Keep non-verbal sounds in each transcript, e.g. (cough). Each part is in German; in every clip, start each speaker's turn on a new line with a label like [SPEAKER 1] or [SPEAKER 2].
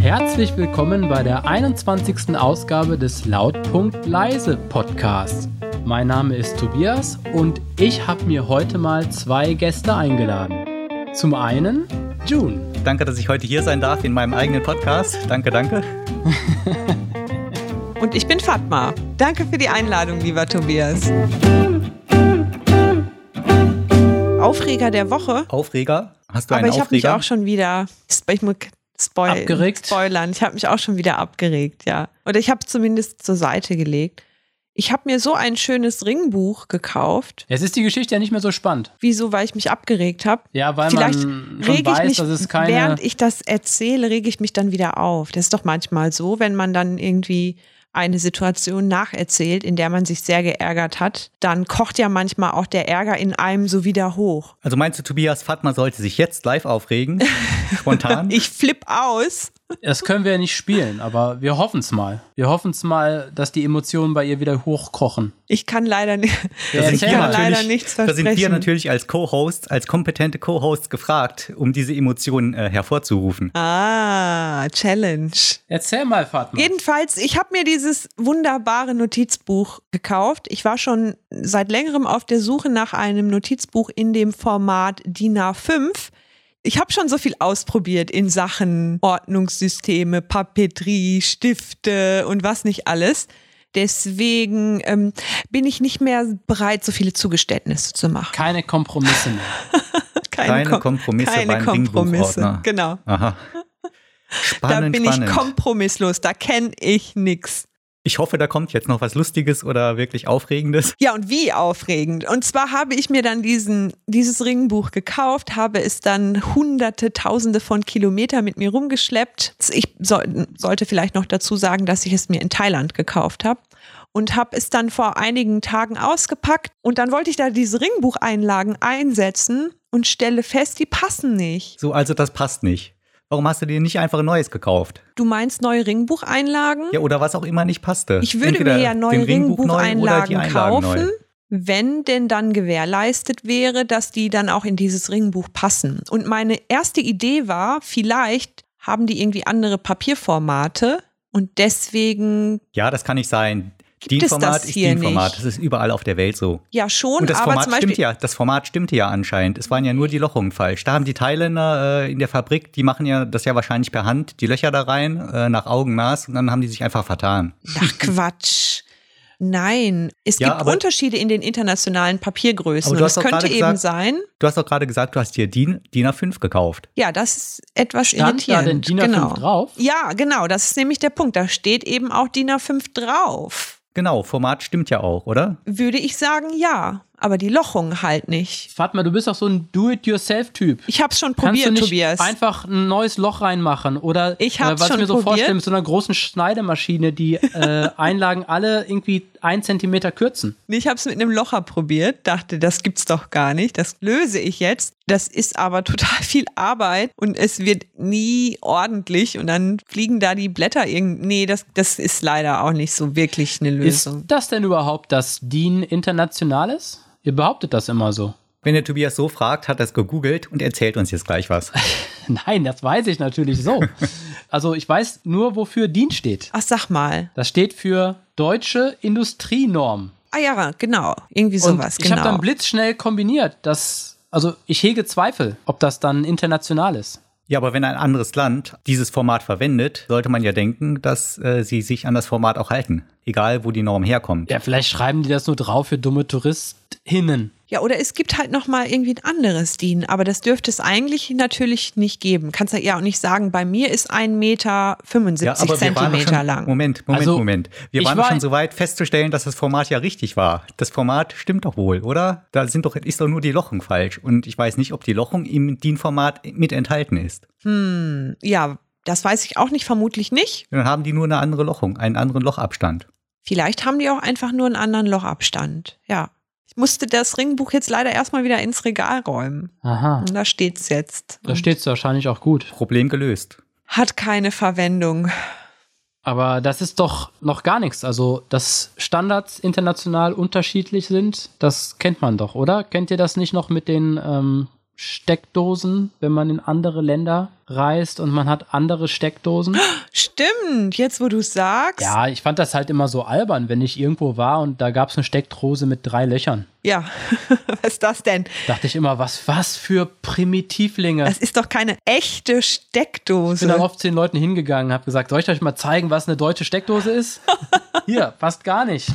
[SPEAKER 1] herzlich willkommen bei der 21. Ausgabe des Lautpunkt Leise Podcasts. Mein Name ist Tobias und ich habe mir heute mal zwei Gäste eingeladen. Zum einen June.
[SPEAKER 2] Danke, dass ich heute hier sein darf in meinem eigenen Podcast. Danke, danke.
[SPEAKER 3] Und ich bin Fatma. Danke für die Einladung, lieber Tobias. Aufreger der Woche.
[SPEAKER 2] Aufreger? Hast du
[SPEAKER 3] Aber
[SPEAKER 2] einen
[SPEAKER 3] ich habe mich
[SPEAKER 2] Aufreger?
[SPEAKER 3] auch schon wieder. Ich muss spoil
[SPEAKER 1] Abgeregt?
[SPEAKER 3] spoilern. Ich habe mich auch schon wieder abgeregt, ja. Oder ich habe zumindest zur Seite gelegt. Ich habe mir so ein schönes Ringbuch gekauft.
[SPEAKER 1] Jetzt ist die Geschichte ja nicht mehr so spannend.
[SPEAKER 3] Wieso? Weil ich mich abgeregt habe.
[SPEAKER 1] Ja, weil
[SPEAKER 3] Vielleicht
[SPEAKER 1] man
[SPEAKER 3] rege
[SPEAKER 1] schon
[SPEAKER 3] ich
[SPEAKER 1] weiß,
[SPEAKER 3] mich,
[SPEAKER 1] dass es keine.
[SPEAKER 3] während ich das erzähle, rege ich mich dann wieder auf. Das ist doch manchmal so, wenn man dann irgendwie eine Situation nacherzählt, in der man sich sehr geärgert hat, dann kocht ja manchmal auch der Ärger in einem so wieder hoch.
[SPEAKER 2] also meinst du, Tobias Fatma sollte sich jetzt live
[SPEAKER 3] (laughs)
[SPEAKER 2] aufregen? Spontan?
[SPEAKER 3] Ich flipp aus.
[SPEAKER 1] Das können wir ja nicht spielen, aber wir hoffen es mal. Wir hoffen es mal, dass die Emotionen bei ihr wieder hochkochen.
[SPEAKER 3] Ich kann leider nicht.
[SPEAKER 1] Ja,
[SPEAKER 3] (laughs) ich
[SPEAKER 1] erzähl
[SPEAKER 3] kann
[SPEAKER 1] mal.
[SPEAKER 3] leider nichts
[SPEAKER 2] da
[SPEAKER 3] versprechen.
[SPEAKER 2] sind wir natürlich als Co-Hosts, als kompetente Co-Hosts gefragt, um diese Emotionen äh, hervorzurufen.
[SPEAKER 3] ah, Challenge.
[SPEAKER 1] Erzähl mal, Fatma.
[SPEAKER 3] Jedenfalls, ich habe mir dieses wunderbare Notizbuch gekauft. Ich war schon seit längerem auf der Suche nach einem Notizbuch in dem Format DIN A5. Ich habe schon so viel ausprobiert in Sachen Ordnungssysteme, Papeterie, Stifte und was nicht alles. Deswegen ähm, bin ich nicht mehr bereit, so viele Zugeständnisse zu machen.
[SPEAKER 1] Keine Kompromisse mehr.
[SPEAKER 2] Keine Kompromisse beim Ringbuchordner.
[SPEAKER 3] Genau.
[SPEAKER 2] Aha.
[SPEAKER 3] da
[SPEAKER 2] Spannend,
[SPEAKER 3] bin
[SPEAKER 2] spannend.
[SPEAKER 3] ich kompromisslos. Da kenne ich nichts.
[SPEAKER 2] ich hoffe, da kommt jetzt noch was Lustiges oder wirklich Aufregendes.
[SPEAKER 3] Ja, und wie aufregend. Und zwar habe ich mir dann diesen, dieses Ringbuch gekauft, habe es dann hunderte, tausende von Kilometer mit mir rumgeschleppt. Ich soll, sollte vielleicht noch dazu sagen, dass ich es mir in Thailand gekauft habe und habe es dann vor einigen Tagen ausgepackt. Und dann wollte ich da diese Ringbucheinlagen einsetzen und stelle fest, die passen nicht.
[SPEAKER 2] So, also das passt nicht. Warum hast du dir nicht einfach ein neues gekauft?
[SPEAKER 3] Du meinst neue Ringbucheinlagen?
[SPEAKER 2] Ja, oder was auch immer nicht passte.
[SPEAKER 3] Ich würde
[SPEAKER 2] Entweder
[SPEAKER 3] mir ja neue
[SPEAKER 2] den Ringbuch neu oder die
[SPEAKER 3] Ringbucheinlagen
[SPEAKER 2] Einlagen neu.
[SPEAKER 3] kaufen, wenn denn dann gewährleistet wäre, dass die dann auch in dieses Ringbuch passen. Und meine erste Idee war, vielleicht haben die irgendwie andere Papierformate und deswegen
[SPEAKER 2] Ja, das kann nicht sein.
[SPEAKER 3] es
[SPEAKER 2] DIN-Format
[SPEAKER 3] das
[SPEAKER 2] ist
[SPEAKER 3] hier
[SPEAKER 2] DIN-Format.
[SPEAKER 3] nicht?
[SPEAKER 2] Das ist überall auf der Welt so.
[SPEAKER 3] ja schon,
[SPEAKER 2] Und das
[SPEAKER 3] aber
[SPEAKER 2] Format
[SPEAKER 3] zum Beispiel Hm.
[SPEAKER 2] stimmt ja. Das Format stimmte ja anscheinend. Es waren ja nur die Lochungen falsch. Da haben die Thailänder äh, in der Fabrik, die machen ja das ja wahrscheinlich per Hand, die Löcher da rein äh, nach Augenmaß und dann haben die sich einfach vertan.
[SPEAKER 3] ach Quatsch. Nein, es
[SPEAKER 2] Ja,
[SPEAKER 3] gibt
[SPEAKER 2] aber-
[SPEAKER 3] Unterschiede in den internationalen Papiergrößen.
[SPEAKER 2] Aber du
[SPEAKER 3] Und
[SPEAKER 2] hast doch
[SPEAKER 3] es könnte
[SPEAKER 2] gerade
[SPEAKER 3] eben
[SPEAKER 2] gesagt-
[SPEAKER 3] sein,
[SPEAKER 2] Du hast doch gerade gesagt, du hast dir DIN, DIN A5 gekauft.
[SPEAKER 3] ja, das ist etwas
[SPEAKER 1] Stand da
[SPEAKER 3] irritierend.
[SPEAKER 1] denn DIN A5
[SPEAKER 3] genau.
[SPEAKER 1] drauf?
[SPEAKER 3] Ja, genau, das ist nämlich der Punkt. Da steht eben auch DIN A5 drauf.
[SPEAKER 2] Genau, Format stimmt ja auch, oder?
[SPEAKER 3] Würde ich sagen, ja. Aber die Lochung halt nicht.
[SPEAKER 1] Fatma, du bist doch so ein Do-it-yourself-Typ.
[SPEAKER 3] Ich hab's schon
[SPEAKER 1] Kannst
[SPEAKER 3] probiert,
[SPEAKER 1] du nicht
[SPEAKER 3] Tobias.
[SPEAKER 1] einfach ein neues Loch reinmachen oder äh,
[SPEAKER 3] Ich hab's
[SPEAKER 1] was ich
[SPEAKER 3] schon
[SPEAKER 1] mir so
[SPEAKER 3] probiert.
[SPEAKER 1] vorstelle mit so einer großen Schneidemaschine, die äh, Einlagen alle irgendwie einen Zentimeter kürzen.
[SPEAKER 3] Ich hab's mit einem Locher probiert, dachte, das gibt's doch gar nicht. Das löse ich jetzt. Das ist aber total viel Arbeit und es wird nie ordentlich und dann fliegen da die Blätter irgendwie. Nee, das, das ist leider auch nicht so wirklich eine
[SPEAKER 1] Ist
[SPEAKER 3] Lösung.
[SPEAKER 1] das denn überhaupt das DIN Internationales? Ihr behauptet das immer so. (laughs)
[SPEAKER 2] Wenn der Tobias so fragt, hat er es gegoogelt und erzählt uns jetzt gleich was.
[SPEAKER 1] Nein, das weiß ich natürlich
[SPEAKER 3] (laughs)
[SPEAKER 1] so. Also ich weiß nur, wofür DIN steht.
[SPEAKER 3] Ach, sag mal.
[SPEAKER 1] Das steht für Deutsche Industrienorm.
[SPEAKER 3] Ah ja, genau. Irgendwie
[SPEAKER 1] Und
[SPEAKER 3] sowas,
[SPEAKER 1] ich
[SPEAKER 3] genau.
[SPEAKER 1] habe dann blitzschnell kombiniert, dass also ich hege Zweifel, ob das dann international ist.
[SPEAKER 2] Ja, aber wenn ein anderes Land dieses Format verwendet, sollte man ja denken, dass äh, sie sich an das Format auch halten, egal wo die Norm herkommt.
[SPEAKER 1] Ja, vielleicht schreiben die das nur drauf für dumme Touristinnen.
[SPEAKER 3] Ja, oder es gibt halt noch mal irgendwie ein anderes DIN, aber das dürfte es eigentlich natürlich nicht geben. Kannst ja ja auch nicht sagen, bei mir ist ein Meter 75
[SPEAKER 2] doch
[SPEAKER 3] Zentimeter
[SPEAKER 2] schon,
[SPEAKER 3] lang.
[SPEAKER 2] Moment, Moment,
[SPEAKER 1] Also,
[SPEAKER 2] Moment. Wir
[SPEAKER 1] ich
[SPEAKER 2] waren doch
[SPEAKER 1] war-
[SPEAKER 2] schon so weit festzustellen, dass das Format ja richtig war. Das Format stimmt doch wohl, oder? Da sind doch, ist doch nur die Lochung falsch. Und ich weiß nicht, ob die Lochung im DIN-Format mit enthalten ist.
[SPEAKER 3] Ja, das weiß ich auch nicht, vermutlich nicht.
[SPEAKER 2] Dann haben die nur eine andere Lochung, einen anderen Lochabstand.
[SPEAKER 3] Vielleicht haben die auch einfach nur einen anderen Lochabstand. Ja. Ich musste das Ringbuch jetzt leider erstmal wieder ins Regal räumen.
[SPEAKER 1] Aha.
[SPEAKER 3] Und da steht's jetzt.
[SPEAKER 1] Da steht es wahrscheinlich auch gut.
[SPEAKER 2] Problem gelöst.
[SPEAKER 3] Hat keine Verwendung.
[SPEAKER 1] Aber das ist doch noch gar nichts. Also, dass Standards international unterschiedlich sind, das kennt man doch, oder? Kennt ihr das nicht noch mit den ähm, Steckdosen, wenn man in andere Länder reist und man hat andere Steckdosen.
[SPEAKER 3] Stimmt, jetzt wo du sagst.
[SPEAKER 1] Ja, ich fand das halt immer so albern, wenn ich irgendwo war und da gab es eine Steckdose mit drei Löchern.
[SPEAKER 3] Ja, (laughs) was ist das denn?
[SPEAKER 1] Dachte ich immer, was, was für Primitivlinge.
[SPEAKER 3] Das ist doch keine echte
[SPEAKER 1] ich bin dann
[SPEAKER 3] Steckdose.
[SPEAKER 1] oft zu den Leuten hingegangen, habe gesagt, soll ich euch mal zeigen, was eine deutsche Steckdose ist? Hier, passt gar nicht.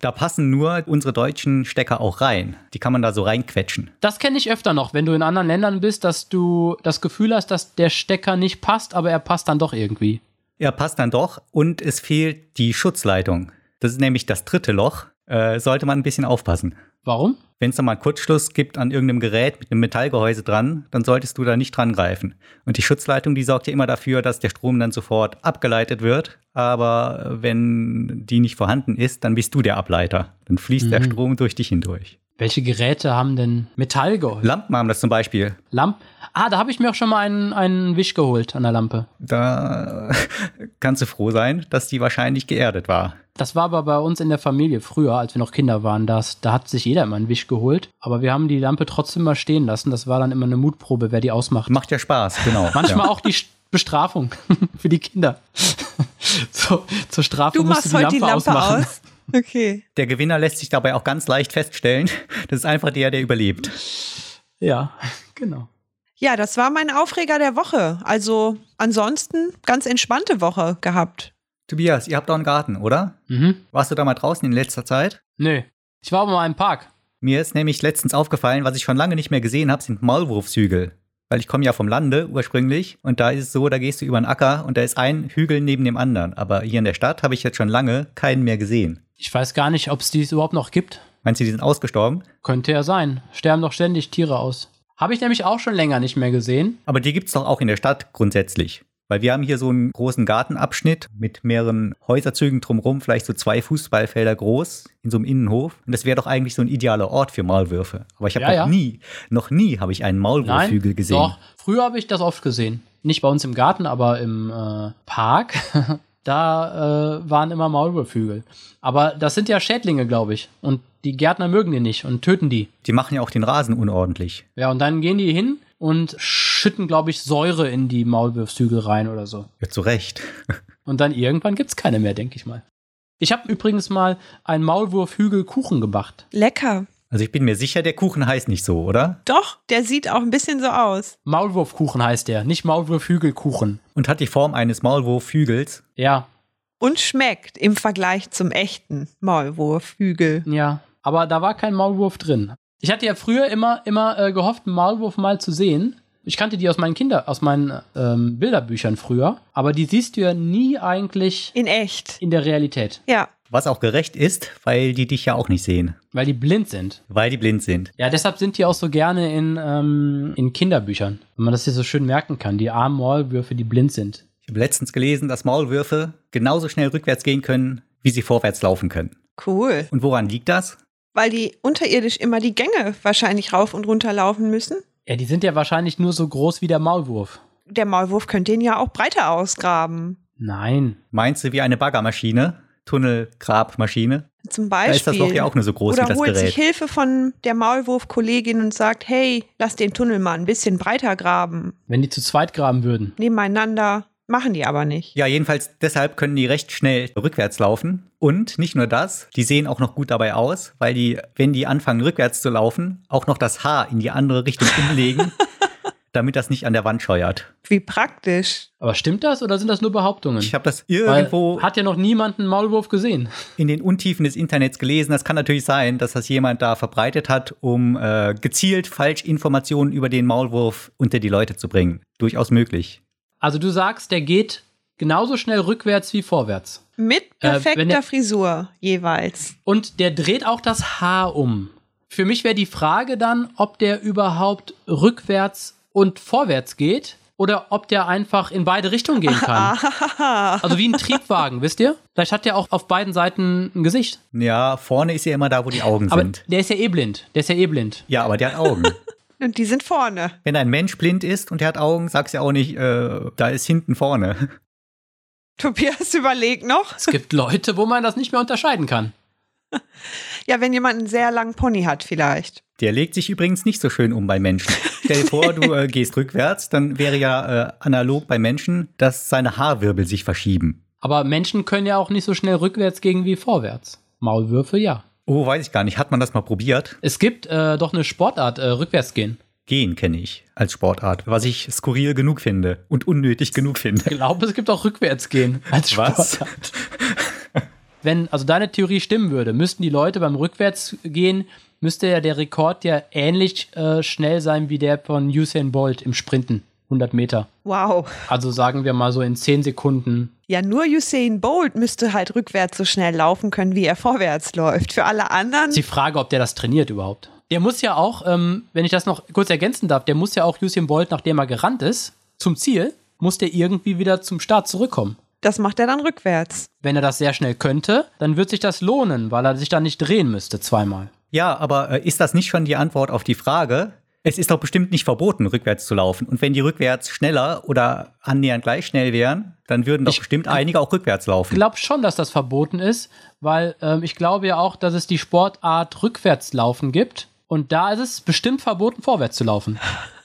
[SPEAKER 2] Da passen nur unsere deutschen Stecker auch rein. Die kann man da so reinquetschen.
[SPEAKER 1] Das kenne ich öfter noch, wenn du in anderen Ländern bist, dass du das Gefühl hast, dass der Stecker nicht passt, aber er passt dann doch irgendwie.
[SPEAKER 2] Er passt dann doch und es fehlt die Schutzleitung. Das ist nämlich das dritte Loch. Äh, sollte man ein bisschen aufpassen.
[SPEAKER 1] Warum?
[SPEAKER 2] Wenn es da mal einen Kurzschluss gibt an irgendeinem Gerät mit einem Metallgehäuse dran, dann solltest du da nicht dran greifen. Und die Schutzleitung, die sorgt ja immer dafür, dass der Strom dann sofort abgeleitet wird. Aber äh, wenn die nicht vorhanden ist, dann bist du der Ableiter. Dann fließt der Strom durch dich hindurch.
[SPEAKER 1] Welche Geräte haben denn Metallgehäuse?
[SPEAKER 2] Lampen haben das zum Beispiel.
[SPEAKER 1] Lamp? Ah, da habe ich mir auch schon mal einen, einen Wisch geholt an der Lampe.
[SPEAKER 2] Da (laughs) kannst du froh sein, dass die wahrscheinlich geerdet war.
[SPEAKER 1] Das war aber bei uns in der Familie früher, als wir noch Kinder waren. Das, da hat sich jeder immer einen Wisch geholt. Aber wir haben die Lampe trotzdem mal stehen lassen. Das war dann immer eine Mutprobe, wer die ausmacht.
[SPEAKER 2] Macht ja Spaß, genau.
[SPEAKER 1] Manchmal
[SPEAKER 2] ja.
[SPEAKER 1] auch die Sch- Bestrafung (laughs) für die Kinder. (laughs) so, zur Strafe
[SPEAKER 3] Du
[SPEAKER 1] musst
[SPEAKER 3] machst
[SPEAKER 1] du die
[SPEAKER 3] heute
[SPEAKER 1] Lampe,
[SPEAKER 3] die Lampe
[SPEAKER 1] ausmachen.
[SPEAKER 3] aus. Okay.
[SPEAKER 2] Der Gewinner lässt sich dabei auch ganz leicht feststellen, (laughs) das ist einfach der, der überlebt.
[SPEAKER 1] (laughs) Ja, genau.
[SPEAKER 3] Ja, das war mein Aufreger der Woche. Also ansonsten ganz entspannte Woche gehabt.
[SPEAKER 2] Tobias, ihr habt doch einen Garten, oder?
[SPEAKER 1] Mhm.
[SPEAKER 2] Warst du da mal draußen in letzter Zeit?
[SPEAKER 1] Nö. Ich war aber mal im Park.
[SPEAKER 2] Mir ist nämlich letztens aufgefallen, was ich schon lange nicht mehr gesehen habe, sind Maulwurfshügel. Weil ich komme ja vom Lande ursprünglich und da ist es so, da gehst du über einen Acker und da ist ein Hügel neben dem anderen. Aber hier in der Stadt habe ich jetzt schon lange keinen mehr gesehen.
[SPEAKER 1] Ich weiß gar nicht, ob es dies überhaupt noch gibt.
[SPEAKER 2] Meinst du, die sind ausgestorben?
[SPEAKER 1] Könnte ja sein. Sterben doch ständig Tiere aus. Habe ich nämlich auch schon länger nicht mehr gesehen.
[SPEAKER 2] Aber die gibt's doch auch in der Stadt grundsätzlich. Weil wir haben hier so einen großen Gartenabschnitt mit mehreren Häuserzügen drumherum, vielleicht so zwei Fußballfelder groß in so einem Innenhof. Und das wäre doch eigentlich so ein idealer Ort für Maulwürfe. Aber ich habe
[SPEAKER 1] Ja,
[SPEAKER 2] noch
[SPEAKER 1] ja.
[SPEAKER 2] nie, noch nie habe ich einen Maulwurfhügel gesehen.
[SPEAKER 1] Doch, früher habe ich das oft gesehen. Nicht bei uns im Garten, aber im äh, Park. (laughs) da äh, waren immer Maulwurfhügel. Aber das sind ja Schädlinge, glaube ich. Und die Gärtner mögen die nicht und töten die.
[SPEAKER 2] Die machen ja auch den Rasen unordentlich.
[SPEAKER 1] Ja, und dann gehen die hin und schütten, glaube ich, Säure in die Maulwurfshügel rein oder so.
[SPEAKER 2] Ja, zu Recht. (laughs)
[SPEAKER 1] Und dann irgendwann gibt es keine mehr, denke ich mal. Ich habe übrigens mal einen Maulwurfhügelkuchen gemacht.
[SPEAKER 3] Lecker.
[SPEAKER 2] Also ich bin mir sicher, der Kuchen heißt nicht so, oder?
[SPEAKER 3] Doch, der sieht auch ein bisschen so aus.
[SPEAKER 1] Maulwurfkuchen heißt der, nicht Maulwurfhügelkuchen.
[SPEAKER 2] Und hat die Form eines Maulwurfhügels.
[SPEAKER 1] Ja,
[SPEAKER 3] Und schmeckt im Vergleich zum echten Maulwurfhügel.
[SPEAKER 1] ja. Aber da war kein Maulwurf drin. Ich hatte ja früher immer, immer äh, gehofft, einen Maulwurf mal zu sehen. Ich kannte die aus meinen Kinder, aus meinen ähm, Bilderbüchern früher. Aber die siehst du ja nie eigentlich
[SPEAKER 3] In echt.
[SPEAKER 1] in der Realität,
[SPEAKER 3] Ja.
[SPEAKER 2] Was auch gerecht ist, weil die dich ja auch nicht sehen.
[SPEAKER 1] weil die blind sind.
[SPEAKER 2] Weil die blind sind.
[SPEAKER 1] Ja, deshalb sind die auch so gerne in, ähm, in Kinderbüchern, wenn man das hier so schön merken kann. Die armen Maulwürfe, die blind sind.
[SPEAKER 2] Ich habe letztens gelesen, dass Maulwürfe genauso schnell rückwärts gehen können, wie sie vorwärts laufen können.
[SPEAKER 3] Cool.
[SPEAKER 2] Und woran liegt das?
[SPEAKER 3] Weil die unterirdisch immer die Gänge wahrscheinlich rauf und runter laufen müssen.
[SPEAKER 1] Ja, die sind ja wahrscheinlich nur so groß wie der Maulwurf.
[SPEAKER 3] Der Maulwurf könnte ihn ja auch breiter ausgraben.
[SPEAKER 1] Nein.
[SPEAKER 2] Meinst du wie eine Baggermaschine? Tunnelgrabmaschine?
[SPEAKER 3] Zum
[SPEAKER 2] Da
[SPEAKER 3] Beispiel.
[SPEAKER 2] ist das Loch ja auch nur so groß
[SPEAKER 3] Oder
[SPEAKER 2] wie das
[SPEAKER 3] holt
[SPEAKER 2] Gerät.
[SPEAKER 3] sich Hilfe von der Maulwurf-Kollegin und sagt, hey, lass den Tunnel mal ein bisschen breiter graben.
[SPEAKER 1] Wenn die zu zweit graben würden.
[SPEAKER 3] Nebeneinander machen die aber nicht.
[SPEAKER 2] Ja, jedenfalls deshalb können die recht schnell rückwärts laufen. Und nicht nur das, die sehen auch noch gut dabei aus, weil die, wenn die anfangen rückwärts zu laufen, auch noch das Haar in die andere Richtung
[SPEAKER 3] (laughs)
[SPEAKER 2] umlegen, damit das nicht an der Wand scheuert.
[SPEAKER 3] Wie praktisch.
[SPEAKER 1] Aber stimmt das oder sind das nur Behauptungen?
[SPEAKER 2] Ich habe das
[SPEAKER 1] Weil
[SPEAKER 2] irgendwo
[SPEAKER 1] hat ja noch niemand einen Maulwurf gesehen.
[SPEAKER 2] in den Untiefen des Internets gelesen. Das kann natürlich sein, dass das jemand da verbreitet hat, um äh, gezielt Falschinformationen über den Maulwurf unter die Leute zu bringen. Durchaus möglich.
[SPEAKER 1] Also du sagst, der geht genauso schnell rückwärts wie vorwärts.
[SPEAKER 3] Mit
[SPEAKER 1] Äh,
[SPEAKER 3] perfekter
[SPEAKER 1] wenn der-
[SPEAKER 3] Frisur jeweils.
[SPEAKER 1] Und der dreht auch das Haar um. Für mich wäre die Frage dann, ob der überhaupt rückwärts und vorwärts geht oder ob der einfach in beide Richtungen gehen kann. Also wie ein Triebwagen, wisst ihr? Vielleicht hat der auch auf beiden Seiten ein Gesicht.
[SPEAKER 2] Ja, vorne ist ja immer da, wo die Augen
[SPEAKER 1] Aber
[SPEAKER 2] sind.
[SPEAKER 1] der ist ja eh blind. Der ist ja eh blind.
[SPEAKER 2] Ja, aber der hat Augen.
[SPEAKER 3] Und die sind vorne. (laughs)
[SPEAKER 2] Wenn ein Mensch blind ist und der hat Augen, sagst du ja auch nicht, äh, da ist hinten vorne.
[SPEAKER 3] Tobias überlegt noch.
[SPEAKER 1] Es gibt Leute, wo man das nicht mehr unterscheiden kann.
[SPEAKER 3] Ja, wenn jemand einen sehr langen Pony hat, vielleicht.
[SPEAKER 2] Der legt sich übrigens nicht so schön um bei Menschen. Stell dir vor, du äh, gehst rückwärts, dann wäre ja äh, analog bei Menschen, dass seine Haarwirbel sich verschieben.
[SPEAKER 1] Aber Menschen können ja auch nicht so schnell rückwärts gehen wie vorwärts. Maulwürfe, ja.
[SPEAKER 2] Oh, weiß ich gar nicht. Hat man das mal probiert?
[SPEAKER 1] Es gibt äh, doch eine Sportart, äh, rückwärts gehen.
[SPEAKER 2] Gehen kenne ich als Sportart, was ich skurril genug finde und unnötig genug
[SPEAKER 1] Ich
[SPEAKER 2] finde.
[SPEAKER 1] glaube, es gibt auch rückwärts gehen als
[SPEAKER 2] Was?
[SPEAKER 1] Sportart. Wenn also deine Theorie stimmen würde, müssten die Leute beim Rückwärtsgehen, müsste ja der Rekord ja ähnlich äh, schnell sein wie der von Usain Bolt im Sprinten, 100 Meter.
[SPEAKER 3] Wow.
[SPEAKER 1] Also sagen wir mal so in 10 Sekunden.
[SPEAKER 3] Ja, nur Usain Bolt müsste halt rückwärts so schnell laufen können, wie er vorwärts läuft. Für alle anderen.
[SPEAKER 1] Ist die Frage, ob der das trainiert überhaupt. Der muss ja auch, ähm, wenn ich das noch kurz ergänzen darf, der muss ja auch Usain Bolt, nachdem er gerannt ist, zum Ziel, muss der irgendwie wieder zum Start zurückkommen.
[SPEAKER 3] Das macht er dann rückwärts.
[SPEAKER 1] Wenn er das sehr schnell könnte, dann wird sich das lohnen, weil er sich dann nicht drehen müsste zweimal.
[SPEAKER 2] Ja, aber äh, ist das nicht schon die Antwort auf die Frage? Es ist doch bestimmt nicht verboten, rückwärts zu laufen. Und wenn die rückwärts schneller oder annähernd gleich schnell wären, dann würden doch
[SPEAKER 1] Ich-
[SPEAKER 2] bestimmt einige auch rückwärts laufen.
[SPEAKER 1] glaube schon, dass das verboten ist, weil ähm, ich glaube ja auch, dass es die Sportart Rückwärtslaufen gibt. Und da ist es bestimmt verboten, vorwärts zu laufen.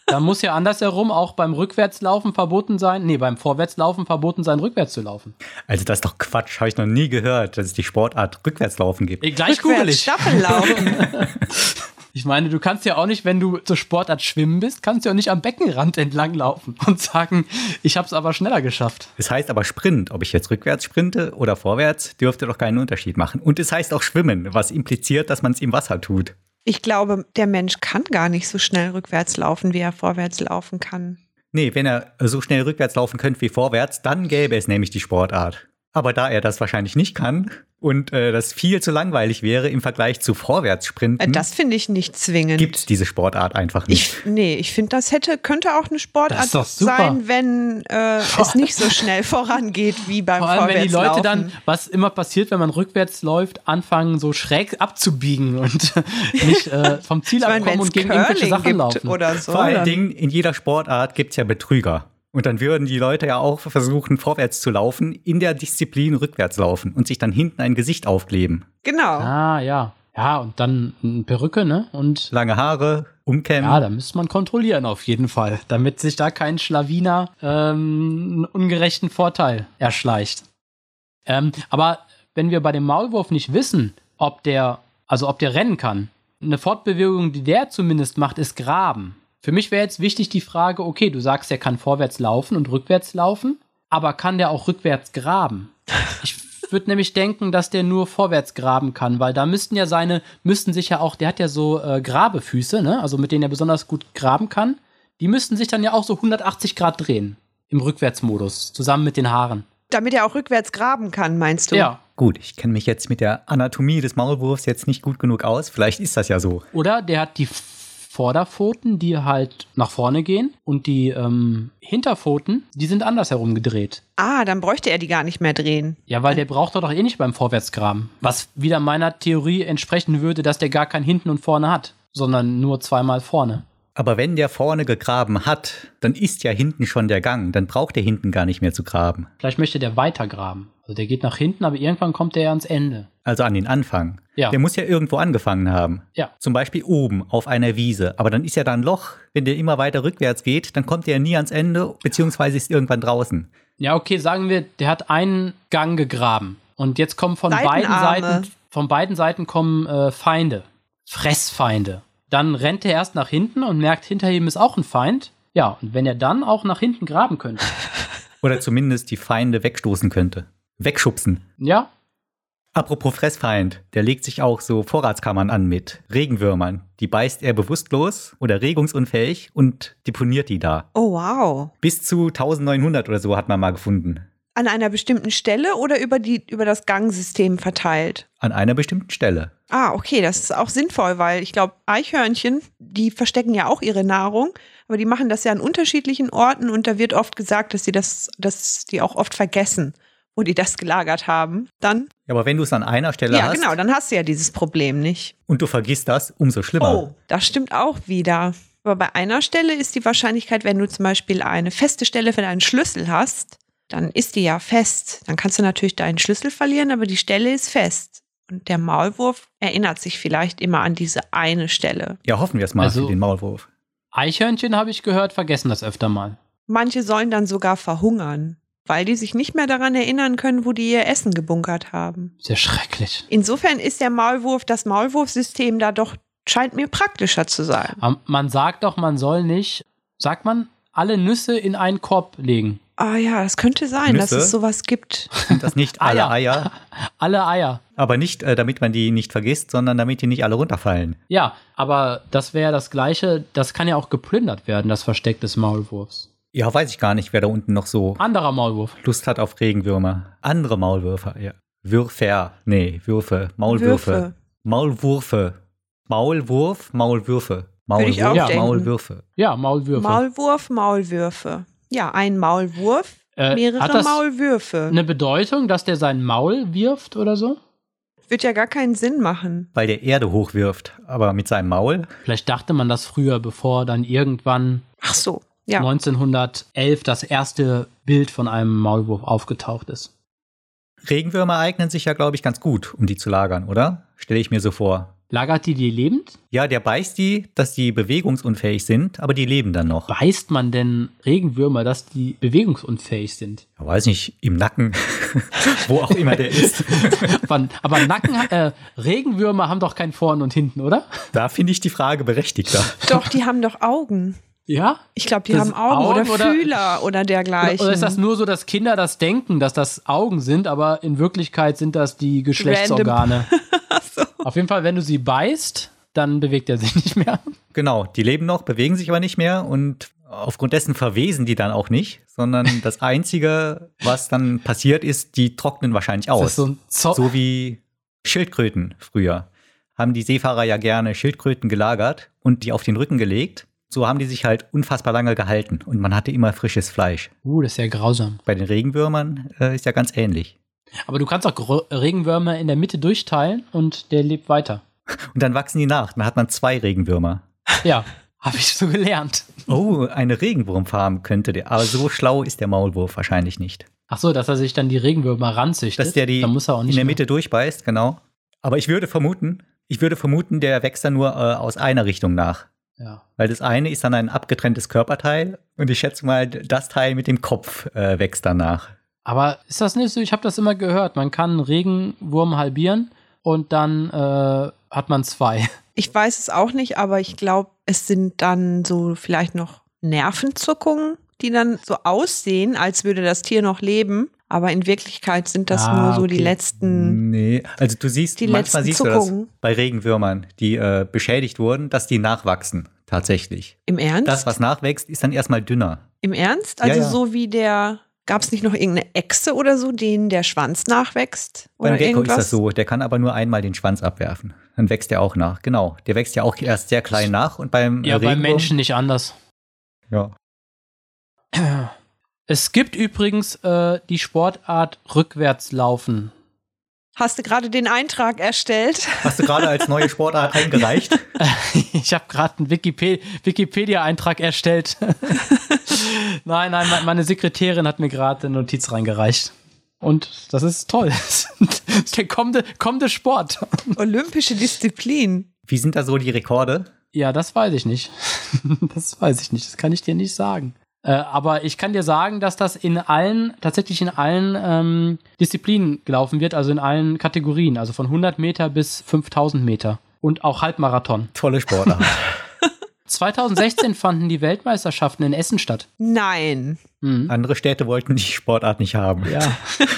[SPEAKER 1] Da muss ja andersherum auch beim Rückwärtslaufen verboten sein, nee, beim Vorwärtslaufen verboten sein, rückwärts zu laufen.
[SPEAKER 2] Also das ist doch Quatsch, habe ich noch nie gehört, dass es die Sportart Rückwärtslaufen gibt.
[SPEAKER 1] Ey, gleich google
[SPEAKER 3] Rückwärts
[SPEAKER 1] ich. (laughs)
[SPEAKER 3] Staffellaufen.
[SPEAKER 1] Ich meine, du kannst ja auch nicht, wenn du zur Sportart schwimmen bist, kannst du ja auch nicht am Beckenrand (laughs) entlang laufen und sagen, ich hab's aber schneller geschafft.
[SPEAKER 2] Es heißt aber Sprint. Ob ich jetzt rückwärts sprinte oder vorwärts, dürfte doch keinen Unterschied machen. Und es heißt auch Schwimmen, was impliziert, dass man es im Wasser tut.
[SPEAKER 3] ich glaube, der Mensch kann gar nicht so schnell rückwärts laufen, wie er vorwärts laufen kann.
[SPEAKER 2] Nee, wenn er so schnell rückwärts laufen könnte wie vorwärts, dann gäbe es nämlich die Sportart. Aber da er das wahrscheinlich nicht kann und äh, das viel zu langweilig wäre im Vergleich zu
[SPEAKER 3] Äh,
[SPEAKER 1] Hm?
[SPEAKER 2] Vorwärtssprinten,
[SPEAKER 3] Das finde ich nicht zwingend.
[SPEAKER 2] gibt es diese Sportart einfach nicht.
[SPEAKER 3] Ich, nee, ich finde, das hätte, könnte auch eine
[SPEAKER 1] Das ist
[SPEAKER 3] Sportart
[SPEAKER 1] doch super.
[SPEAKER 3] sein, wenn äh, es nicht
[SPEAKER 1] (laughs)
[SPEAKER 3] so schnell vorangeht wie beim
[SPEAKER 1] Vor allem, wenn die
[SPEAKER 3] Vorwärtslaufen.
[SPEAKER 1] Leute dann, was immer passiert, wenn man rückwärts läuft, anfangen so schräg abzubiegen und (laughs) nicht äh, vom Ziel
[SPEAKER 3] ich meine,
[SPEAKER 1] abkommen
[SPEAKER 3] wenn es
[SPEAKER 1] und gegen irgendwelche
[SPEAKER 3] Curling
[SPEAKER 1] Sachen
[SPEAKER 3] gibt
[SPEAKER 1] laufen.
[SPEAKER 3] oder so.
[SPEAKER 2] Vor allen
[SPEAKER 3] dann-
[SPEAKER 2] Dingen, in jeder Sportart gibt es ja Betrüger. Und dann würden die Leute ja auch versuchen, vorwärts zu laufen, in der Disziplin rückwärts laufen und sich dann hinten ein Gesicht aufkleben.
[SPEAKER 3] Genau.
[SPEAKER 1] Ah, ja. Ja, und dann eine Perücke, ne? Und
[SPEAKER 2] Lange Haare, umkämmen.
[SPEAKER 1] ja, da müsste man kontrollieren auf jeden Fall, damit sich da kein Schlawiner ähm, einen ungerechten Vorteil erschleicht. Ähm, aber wenn wir bei dem Maulwurf nicht wissen, ob der, also ob der rennen kann, eine Fortbewegung, die der zumindest macht, ist Graben. Für mich wäre jetzt wichtig die Frage, okay, du sagst, er kann vorwärts laufen und rückwärts laufen, aber kann der auch rückwärts graben? Ich würde nämlich denken, dass der nur vorwärts graben kann, weil da müssten ja seine, müssten sich ja auch, der hat ja so äh, Grabefüße, ne? also mit denen er besonders gut graben kann, die müssten sich dann ja auch so 180 Grad drehen im Rückwärtsmodus, zusammen mit den Haaren.
[SPEAKER 3] Damit er auch rückwärts graben kann, meinst du?
[SPEAKER 1] Ja.
[SPEAKER 2] Gut, ich kenne mich jetzt mit der Anatomie des Maulwurfs jetzt nicht gut genug aus. Vielleicht ist das ja so.
[SPEAKER 1] Oder der hat die Vorderpfoten, die halt nach vorne gehen und die ähm, Hinterpfoten, die sind anders herum gedreht.
[SPEAKER 3] Ah, dann bräuchte er die gar nicht mehr drehen.
[SPEAKER 1] Ja, weil der braucht doch doch eh nicht beim Vorwärtsgraben. Was wieder meiner Theorie entsprechen würde, dass der gar kein Hinten und Vorne hat, sondern nur zweimal vorne.
[SPEAKER 2] Aber wenn der vorne gegraben hat, dann ist ja hinten schon der Gang. Dann braucht der hinten gar nicht mehr zu graben.
[SPEAKER 1] Vielleicht möchte der weitergraben. Also der geht nach hinten, aber irgendwann kommt der ja ans Ende.
[SPEAKER 2] Also an den Anfang.
[SPEAKER 1] Ja.
[SPEAKER 2] Der muss ja irgendwo angefangen haben.
[SPEAKER 1] Ja.
[SPEAKER 2] Zum Beispiel oben auf einer Wiese. Aber dann ist ja da ein Loch. Wenn der immer weiter rückwärts geht, dann kommt der nie ans Ende, beziehungsweise ist irgendwann draußen.
[SPEAKER 1] Ja, okay, sagen wir, der hat einen Gang gegraben. Und jetzt kommen von beiden
[SPEAKER 3] Seitenarme.
[SPEAKER 1] Seiten, von beiden Seiten kommen äh, Feinde. Fressfeinde. Dann rennt er erst nach hinten und merkt, hinter ihm ist auch ein Feind. Ja, und wenn er dann auch nach hinten graben könnte.
[SPEAKER 2] Oder zumindest die Feinde wegstoßen könnte. Wegschubsen.
[SPEAKER 1] ja,
[SPEAKER 2] Apropos Fressfeind, der legt sich auch so Vorratskammern an mit Regenwürmern. Die beißt er bewusstlos oder regungsunfähig und deponiert die da.
[SPEAKER 3] Oh, wow.
[SPEAKER 2] Bis zu 1900 oder so hat man mal gefunden.
[SPEAKER 3] An einer bestimmten Stelle oder über, die, über das Gangsystem verteilt?
[SPEAKER 2] An einer bestimmten Stelle.
[SPEAKER 3] Ah, okay, das ist auch sinnvoll, weil ich glaube, Eichhörnchen, die verstecken ja auch ihre Nahrung, aber die machen das ja an unterschiedlichen Orten und da wird oft gesagt, dass sie das, dass die auch oft vergessen, wo die das gelagert haben. Dann,
[SPEAKER 2] Ja, aber wenn du es an einer Stelle
[SPEAKER 3] ja,
[SPEAKER 2] hast
[SPEAKER 3] genau, dann hast du ja dieses Problem nicht.
[SPEAKER 2] und du vergisst das, umso schlimmer.
[SPEAKER 3] Oh, das stimmt auch wieder. Aber bei einer Stelle ist die Wahrscheinlichkeit, wenn du zum Beispiel eine feste Stelle für deinen Schlüssel hast, dann ist die ja fest. Dann kannst du natürlich deinen Schlüssel verlieren, aber die Stelle ist fest. Und der Maulwurf erinnert sich vielleicht immer an diese eine Stelle.
[SPEAKER 2] Ja, hoffen wir es mal
[SPEAKER 1] Also-
[SPEAKER 2] für den Maulwurf.
[SPEAKER 1] Eichhörnchen, habe ich gehört, vergessen das öfter mal.
[SPEAKER 3] Manche sollen dann sogar verhungern, weil die sich nicht mehr daran erinnern können, wo die ihr Essen gebunkert haben.
[SPEAKER 1] Sehr schrecklich.
[SPEAKER 3] Insofern ist der Maulwurf, das Maulwurfsystem da doch, scheint mir praktischer zu sein.
[SPEAKER 1] Aber man sagt doch, man soll nicht, sagt man, alle Nüsse in einen Korb legen.
[SPEAKER 3] Ah ja, das könnte sein, dass
[SPEAKER 2] Nüsse?
[SPEAKER 3] es sowas gibt.
[SPEAKER 2] Sind das
[SPEAKER 3] (laughs) Ah,
[SPEAKER 2] nicht alle Eier,
[SPEAKER 1] Alle Eier.
[SPEAKER 2] aber nicht, äh, damit man die nicht vergisst, sondern damit die nicht alle runterfallen.
[SPEAKER 1] Ja, aber das wäre das Gleiche, das kann ja auch geplündert werden, das Versteck des Maulwurfs.
[SPEAKER 2] Ja, weiß ich gar nicht, wer da unten noch so
[SPEAKER 1] Anderer Maulwurf.
[SPEAKER 2] Lust hat auf Regenwürmer. Andere Maulwürfe, ja. Würfer, nee, Würfe, Maulwürfe.
[SPEAKER 3] Würfe.
[SPEAKER 2] Maulwürfe. Maulwurf, Maulwürfe.
[SPEAKER 3] Würde ich auch
[SPEAKER 2] Maulwurf,
[SPEAKER 3] denken.
[SPEAKER 2] Maulwürfe.
[SPEAKER 1] Ja, Maulwürfe.
[SPEAKER 3] Maulwurf, Maulwürfe. Ja, ein Maulwurf,
[SPEAKER 1] Äh,
[SPEAKER 3] mehrere
[SPEAKER 1] hat das ne
[SPEAKER 3] Maulwürfe.
[SPEAKER 1] eine Bedeutung, dass der sein Maul wirft oder so?
[SPEAKER 3] Wird ja gar keinen Sinn machen.
[SPEAKER 2] Weil der Erde hochwirft, aber mit seinem Maul.
[SPEAKER 1] Vielleicht dachte man das früher, bevor dann irgendwann
[SPEAKER 3] Ach so, ja.
[SPEAKER 1] 1911 das erste Bild von einem Maulwurf aufgetaucht ist.
[SPEAKER 2] Regenwürmer eignen sich ja, glaube ich, ganz gut, um die zu lagern, oder? Stelle ich mir so vor.
[SPEAKER 1] Lagert die die lebend?
[SPEAKER 2] Ja, der beißt die, dass die bewegungsunfähig sind, aber die leben dann noch.
[SPEAKER 1] Beißt man denn Regenwürmer, dass die bewegungsunfähig sind? (laughs)
[SPEAKER 2] Ja, weiß nicht, im Nacken, (laughs) wo auch immer der ist.
[SPEAKER 1] Wann- Aber Nacken, äh, Regenwürmer haben doch kein Vorn und Hinten, oder?
[SPEAKER 2] Da finde ich die Frage berechtigter.
[SPEAKER 3] Doch, die haben doch Augen.
[SPEAKER 1] Ja?
[SPEAKER 3] Ich glaube, die
[SPEAKER 1] Das
[SPEAKER 3] haben Augen,
[SPEAKER 1] Augen
[SPEAKER 3] oder,
[SPEAKER 1] oder-
[SPEAKER 3] Fühler oder dergleichen.
[SPEAKER 1] Oder ist das nur so, dass Kinder das denken, dass das Augen sind, aber in Wirklichkeit sind das die Geschlechtsorgane?
[SPEAKER 3] so.
[SPEAKER 1] Auf jeden Fall, wenn du sie beißt, dann bewegt er sich (laughs) nicht mehr.
[SPEAKER 2] Genau, die leben noch, bewegen sich aber nicht mehr und aufgrund dessen verwesen die dann auch nicht, sondern das Einzige, was dann passiert ist, die trocknen wahrscheinlich
[SPEAKER 1] Das
[SPEAKER 2] aus.
[SPEAKER 1] ist so ein Zo
[SPEAKER 2] so wie Schildkröten früher. Haben die Seefahrer ja gerne Schildkröten gelagert und die auf den Rücken gelegt. So haben die sich halt unfassbar lange gehalten und man hatte immer frisches Fleisch.
[SPEAKER 1] Uh, das ist ja grausam.
[SPEAKER 2] Bei den Regenwürmern äh, ist ja ganz ähnlich.
[SPEAKER 1] Aber du kannst auch Gro- Regenwürmer in der Mitte durchteilen und der lebt weiter.
[SPEAKER 2] Und dann wachsen die nach, dann hat man zwei Regenwürmer.
[SPEAKER 1] Ja, (laughs) habe ich so gelernt.
[SPEAKER 2] Oh, eine Regenwurmfarm könnte der. Aber so schlau ist der Maulwurf wahrscheinlich nicht.
[SPEAKER 1] Ach so, dass er sich dann die Regenwürmer ranzüchtet.
[SPEAKER 2] Dass der die
[SPEAKER 1] dann muss er auch nicht ne?
[SPEAKER 2] in der
[SPEAKER 1] mehr-
[SPEAKER 2] Mitte durchbeißt, genau. Aber ich würde vermuten, ich würde vermuten, der wächst dann nur äh, aus einer Richtung nach.
[SPEAKER 1] Ja.
[SPEAKER 2] Weil das eine ist dann ein abgetrenntes Körperteil und ich schätze mal, das Teil mit dem Kopf äh, wächst danach.
[SPEAKER 1] Aber ist das nicht so? Ich habe das immer gehört. Man kann einen Regenwurm halbieren und dann äh, hat man zwei.
[SPEAKER 3] Ich weiß es auch nicht, aber ich glaube, es sind dann so vielleicht noch Nervenzuckungen, die dann so aussehen, als würde das Tier noch leben. Aber in Wirklichkeit sind das
[SPEAKER 1] Ah,
[SPEAKER 3] nur so die
[SPEAKER 1] okay. Hm.
[SPEAKER 3] letzten.
[SPEAKER 2] Nee, also du siehst,
[SPEAKER 3] Mhm. Die
[SPEAKER 2] manchmal
[SPEAKER 3] letzten
[SPEAKER 2] siehst du
[SPEAKER 3] Zuckungen.
[SPEAKER 2] das bei Regenwürmern, die äh, beschädigt wurden, dass die nachwachsen, tatsächlich.
[SPEAKER 3] Im Ernst?
[SPEAKER 2] Das, was nachwächst, ist dann erstmal dünner.
[SPEAKER 3] Im Ernst?
[SPEAKER 2] Ja,
[SPEAKER 3] Also
[SPEAKER 2] ja.
[SPEAKER 3] so wie der. Gab es nicht noch irgendeine Echse oder so, denen der Schwanz nachwächst?
[SPEAKER 2] Beim
[SPEAKER 3] Oder
[SPEAKER 2] Gecko ist
[SPEAKER 3] irgendwas?
[SPEAKER 2] das so, der kann aber nur einmal den Schwanz abwerfen. Dann wächst er auch nach. Genau, der wächst ja auch erst sehr klein nach und beim
[SPEAKER 1] Ja,
[SPEAKER 2] äh,
[SPEAKER 1] beim
[SPEAKER 2] Regenwurm-
[SPEAKER 1] Menschen nicht anders.
[SPEAKER 2] Ja.
[SPEAKER 1] Es gibt übrigens äh, die Sportart Rückwärtslaufen. (laughs)
[SPEAKER 3] Hast du gerade den
[SPEAKER 2] (laughs)
[SPEAKER 3] Eintrag erstellt?
[SPEAKER 2] Hast du gerade als neue
[SPEAKER 1] (laughs)
[SPEAKER 2] Sportart eingereicht?
[SPEAKER 1] Ich habe gerade einen Wikipe- Wikipedia-Eintrag erstellt. (laughs) nein, nein, me- meine Sekretärin hat mir gerade eine Notiz reingereicht. Und das ist toll. (laughs) Das ist der kommende, kommende Sport.
[SPEAKER 3] Olympische Disziplin.
[SPEAKER 2] Wie sind da so die Rekorde?
[SPEAKER 1] Ja, das weiß ich nicht. (laughs) Das weiß ich nicht. Das kann ich dir nicht sagen. Äh, aber ich kann dir sagen, dass das in allen, tatsächlich in allen ähm, Disziplinen gelaufen wird, also in allen Kategorien, also von 100 Meter bis 5000 Meter und auch Halbmarathon.
[SPEAKER 2] Tolle Sportart.
[SPEAKER 3] (laughs)
[SPEAKER 1] 2016 fanden die Weltmeisterschaften in Essen statt.
[SPEAKER 3] Nein.
[SPEAKER 1] Mhm.
[SPEAKER 2] Andere Städte wollten die Sportart nicht haben.
[SPEAKER 1] Ja,
[SPEAKER 2] (laughs)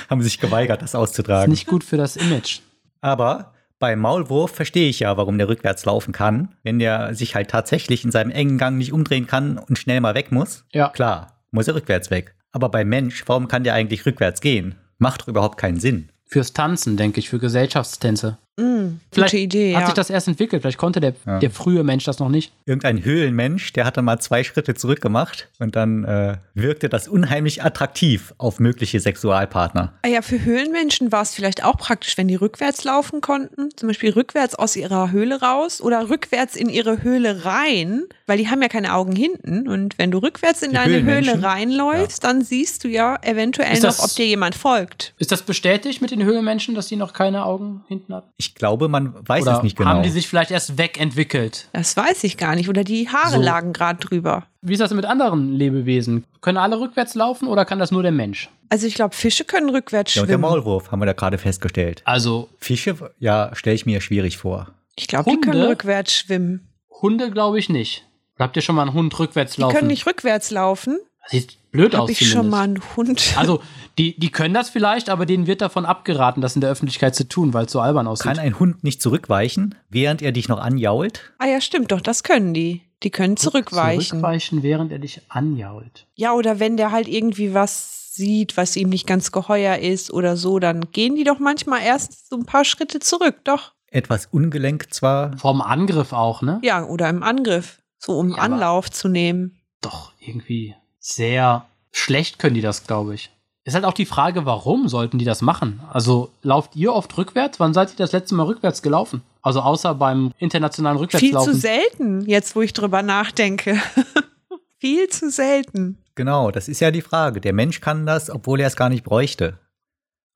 [SPEAKER 2] Haben sich geweigert, das
[SPEAKER 1] ist
[SPEAKER 2] auszutragen.
[SPEAKER 1] nicht gut für das Image.
[SPEAKER 2] Aber beim Maulwurf verstehe ich ja, warum der rückwärts laufen kann. Wenn der sich halt tatsächlich in seinem engen Gang nicht umdrehen kann und schnell mal weg muss,
[SPEAKER 1] Ja.
[SPEAKER 2] klar, muss er rückwärts weg. Aber beim Mensch, warum kann der eigentlich rückwärts gehen? Macht doch überhaupt keinen Sinn.
[SPEAKER 1] Fürs Tanzen, denke ich, für Gesellschaftstänze.
[SPEAKER 3] Mm,
[SPEAKER 1] Vielleicht
[SPEAKER 3] gute Idee.
[SPEAKER 1] Hat
[SPEAKER 3] ja.
[SPEAKER 1] sich das erst entwickelt? Vielleicht konnte der,
[SPEAKER 2] Ja.
[SPEAKER 1] der frühe Mensch das noch nicht.
[SPEAKER 2] Irgendein Höhlenmensch, der hat dann mal zwei Schritte zurückgemacht und dann äh, wirkte das unheimlich attraktiv auf mögliche Sexualpartner.
[SPEAKER 3] Ah ja, für Höhlenmenschen war es vielleicht auch praktisch, wenn die rückwärts laufen konnten, zum Beispiel rückwärts aus ihrer Höhle raus oder rückwärts in ihre Höhle rein, weil die haben ja keine Augen hinten. Und wenn du rückwärts in
[SPEAKER 2] Die
[SPEAKER 3] deine
[SPEAKER 2] Höhlenmenschen?
[SPEAKER 3] Höhle reinläufst, dann siehst du ja eventuell
[SPEAKER 1] Ist
[SPEAKER 3] noch,
[SPEAKER 1] das-
[SPEAKER 3] ob dir jemand folgt.
[SPEAKER 1] Ist das bestätigt mit den Höhlenmenschen, dass die noch keine Augen hinten hatten?
[SPEAKER 2] Ich glaube, man weiß
[SPEAKER 1] Oder
[SPEAKER 2] es nicht genau.
[SPEAKER 1] haben die sich vielleicht erst wegentwickelt?
[SPEAKER 3] Das weiß ich gar nicht. Oder die Haare
[SPEAKER 1] So.
[SPEAKER 3] lagen gerade drüber.
[SPEAKER 1] Wie ist das denn mit anderen Lebewesen? Können alle rückwärts laufen oder kann das nur der Mensch?
[SPEAKER 3] Also ich glaube, Fische können rückwärts
[SPEAKER 2] ja, und der
[SPEAKER 3] schwimmen.
[SPEAKER 2] Maulwurf haben wir da gerade festgestellt.
[SPEAKER 1] Also
[SPEAKER 2] Fische, ja, stelle ich mir schwierig vor.
[SPEAKER 3] ich glaube, die können
[SPEAKER 1] Hunde?
[SPEAKER 3] rückwärts schwimmen.
[SPEAKER 1] Hunde glaube ich nicht. Oder habt ihr schon mal einen Hund rückwärts
[SPEAKER 3] Die
[SPEAKER 1] laufen?
[SPEAKER 3] können nicht rückwärts laufen.
[SPEAKER 1] Das Sieht blöd aus
[SPEAKER 3] Habe ich
[SPEAKER 1] zumindest.
[SPEAKER 3] schon mal einen Hund.
[SPEAKER 1] Also, die, die können das vielleicht, aber denen wird davon abgeraten, das in der Öffentlichkeit zu tun, weil es so albern aussieht.
[SPEAKER 2] Kann ein Hund nicht zurückweichen, während er dich noch anjault?
[SPEAKER 3] (laughs) ah ja, stimmt doch, das können die. Die können zurückweichen.
[SPEAKER 1] Zurückweichen, während er dich anjault.
[SPEAKER 3] Ja, oder wenn der halt irgendwie was sieht, was ihm nicht ganz geheuer ist oder so, dann gehen die doch manchmal erst so ein paar Schritte zurück, doch.
[SPEAKER 2] Etwas ungelenk zwar.
[SPEAKER 1] Vorm Angriff auch, ne?
[SPEAKER 3] Ja, oder im Angriff, so um
[SPEAKER 1] Ja, aber-
[SPEAKER 3] Anlauf zu nehmen.
[SPEAKER 1] Doch, irgendwie sehr schlecht können die das, glaube ich. Ist halt auch die Frage, warum sollten die das machen? Also, lauft ihr oft rückwärts? Wann seid ihr das letzte Mal rückwärts gelaufen? Also, außer beim internationalen
[SPEAKER 3] Viel
[SPEAKER 1] Rückwärtslaufen.
[SPEAKER 3] zu selten, jetzt wo ich drüber nachdenke. (laughs) Viel zu selten.
[SPEAKER 2] Genau, das ist ja die Frage. Der Mensch kann das, obwohl er es gar nicht bräuchte.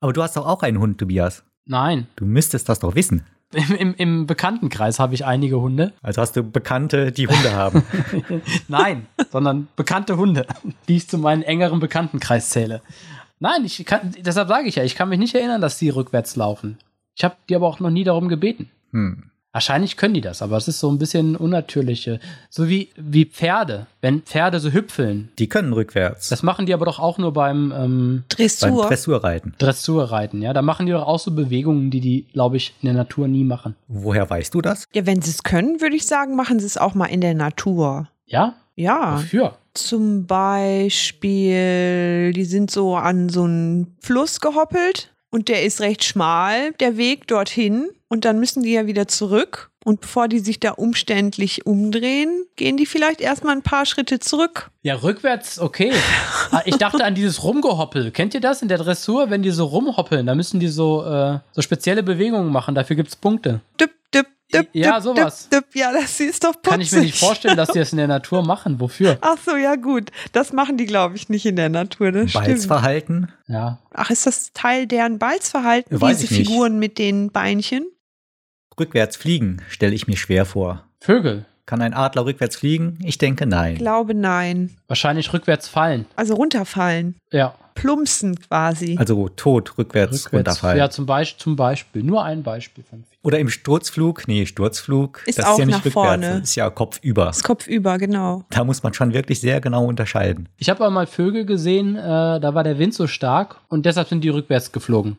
[SPEAKER 2] Aber du hast doch auch einen Hund, Tobias.
[SPEAKER 1] Nein. (laughs)
[SPEAKER 2] Du müsstest das doch wissen.
[SPEAKER 1] Im, im, im Bekanntenkreis habe ich einige Hunde.
[SPEAKER 2] Also hast du Bekannte, die Hunde haben.
[SPEAKER 1] Nein, sondern bekannte Hunde, (laughs) die ich zu meinem engeren Bekanntenkreis zähle. Nein, ich kann, deshalb sage ich ja, ich kann mich nicht erinnern, dass die rückwärts laufen. Ich habe die aber auch noch nie darum gebeten.
[SPEAKER 2] Hm.
[SPEAKER 1] Wahrscheinlich können die das, aber es ist so ein bisschen unnatürliche. So wie, wie Pferde, wenn Pferde so hüpfeln.
[SPEAKER 2] Die können rückwärts
[SPEAKER 1] Das machen die aber doch auch nur beim ähm,
[SPEAKER 2] beim
[SPEAKER 3] Dressur.
[SPEAKER 2] Dressurreiten.
[SPEAKER 1] Dressurreiten, ja. Da machen die doch auch so Bewegungen, die die, glaube ich, in der Natur nie machen.
[SPEAKER 2] Woher weißt du das?
[SPEAKER 3] Ja, wenn sie es können, würde ich sagen, machen sie es auch mal in der Natur.
[SPEAKER 1] Ja?
[SPEAKER 3] Ja,
[SPEAKER 1] Wofür?
[SPEAKER 3] zum Beispiel, die sind so an so einen Fluss gehoppelt und der ist recht schmal, der Weg dorthin. Und dann müssen die ja wieder zurück. Und bevor die sich da umständlich umdrehen, gehen die vielleicht erstmal ein paar Schritte zurück.
[SPEAKER 1] Ja, rückwärts, okay. Ah, Ich dachte an dieses Rumgehoppel. Kennt ihr das in der Dressur, wenn die so rumhoppeln? Da müssen die so, äh, so spezielle Bewegungen machen. Dafür gibt's Punkte.
[SPEAKER 3] Düpp, düpp, düpp,
[SPEAKER 1] Ja,
[SPEAKER 3] düpp,
[SPEAKER 1] sowas.
[SPEAKER 3] Düpp, düpp. Ja, das ist doch putzig.
[SPEAKER 1] Kann ich mir nicht vorstellen, dass die das in der Natur machen. Wofür?
[SPEAKER 3] Ach so, ja gut. Das machen die, glaube ich, nicht in der Natur. Das stimmt.
[SPEAKER 2] Balzverhalten?
[SPEAKER 1] Ja.
[SPEAKER 3] Ach, ist das Teil deren Balzverhalten,
[SPEAKER 2] Weiß
[SPEAKER 3] diese
[SPEAKER 2] ich nicht.
[SPEAKER 3] Figuren mit den Beinchen?
[SPEAKER 2] Rückwärts fliegen stelle ich mir schwer vor.
[SPEAKER 1] Vögel.
[SPEAKER 2] Kann ein Adler rückwärts fliegen? Ich denke nein.
[SPEAKER 3] Glaube nein.
[SPEAKER 1] Wahrscheinlich rückwärts fallen.
[SPEAKER 3] Also runterfallen.
[SPEAKER 1] Ja.
[SPEAKER 3] Plumpsen quasi.
[SPEAKER 2] Also tot, rückwärts,
[SPEAKER 1] Rückwärts.
[SPEAKER 2] runterfallen.
[SPEAKER 1] Ja, zum, Beisch- zum Beispiel. Nur ein Beispiel von vielen.
[SPEAKER 2] Oder im Sturzflug? Nee, Sturzflug.
[SPEAKER 3] Ist
[SPEAKER 2] das
[SPEAKER 3] auch
[SPEAKER 2] ist ja nicht
[SPEAKER 3] nach
[SPEAKER 2] rückwärts,
[SPEAKER 3] vorne.
[SPEAKER 2] das ist ja kopfüber.
[SPEAKER 3] das Kopf über, genau.
[SPEAKER 2] Da muss man schon wirklich sehr genau unterscheiden.
[SPEAKER 1] Ich habe aber mal Vögel gesehen, äh, da war der Wind so stark und deshalb sind die rückwärts geflogen.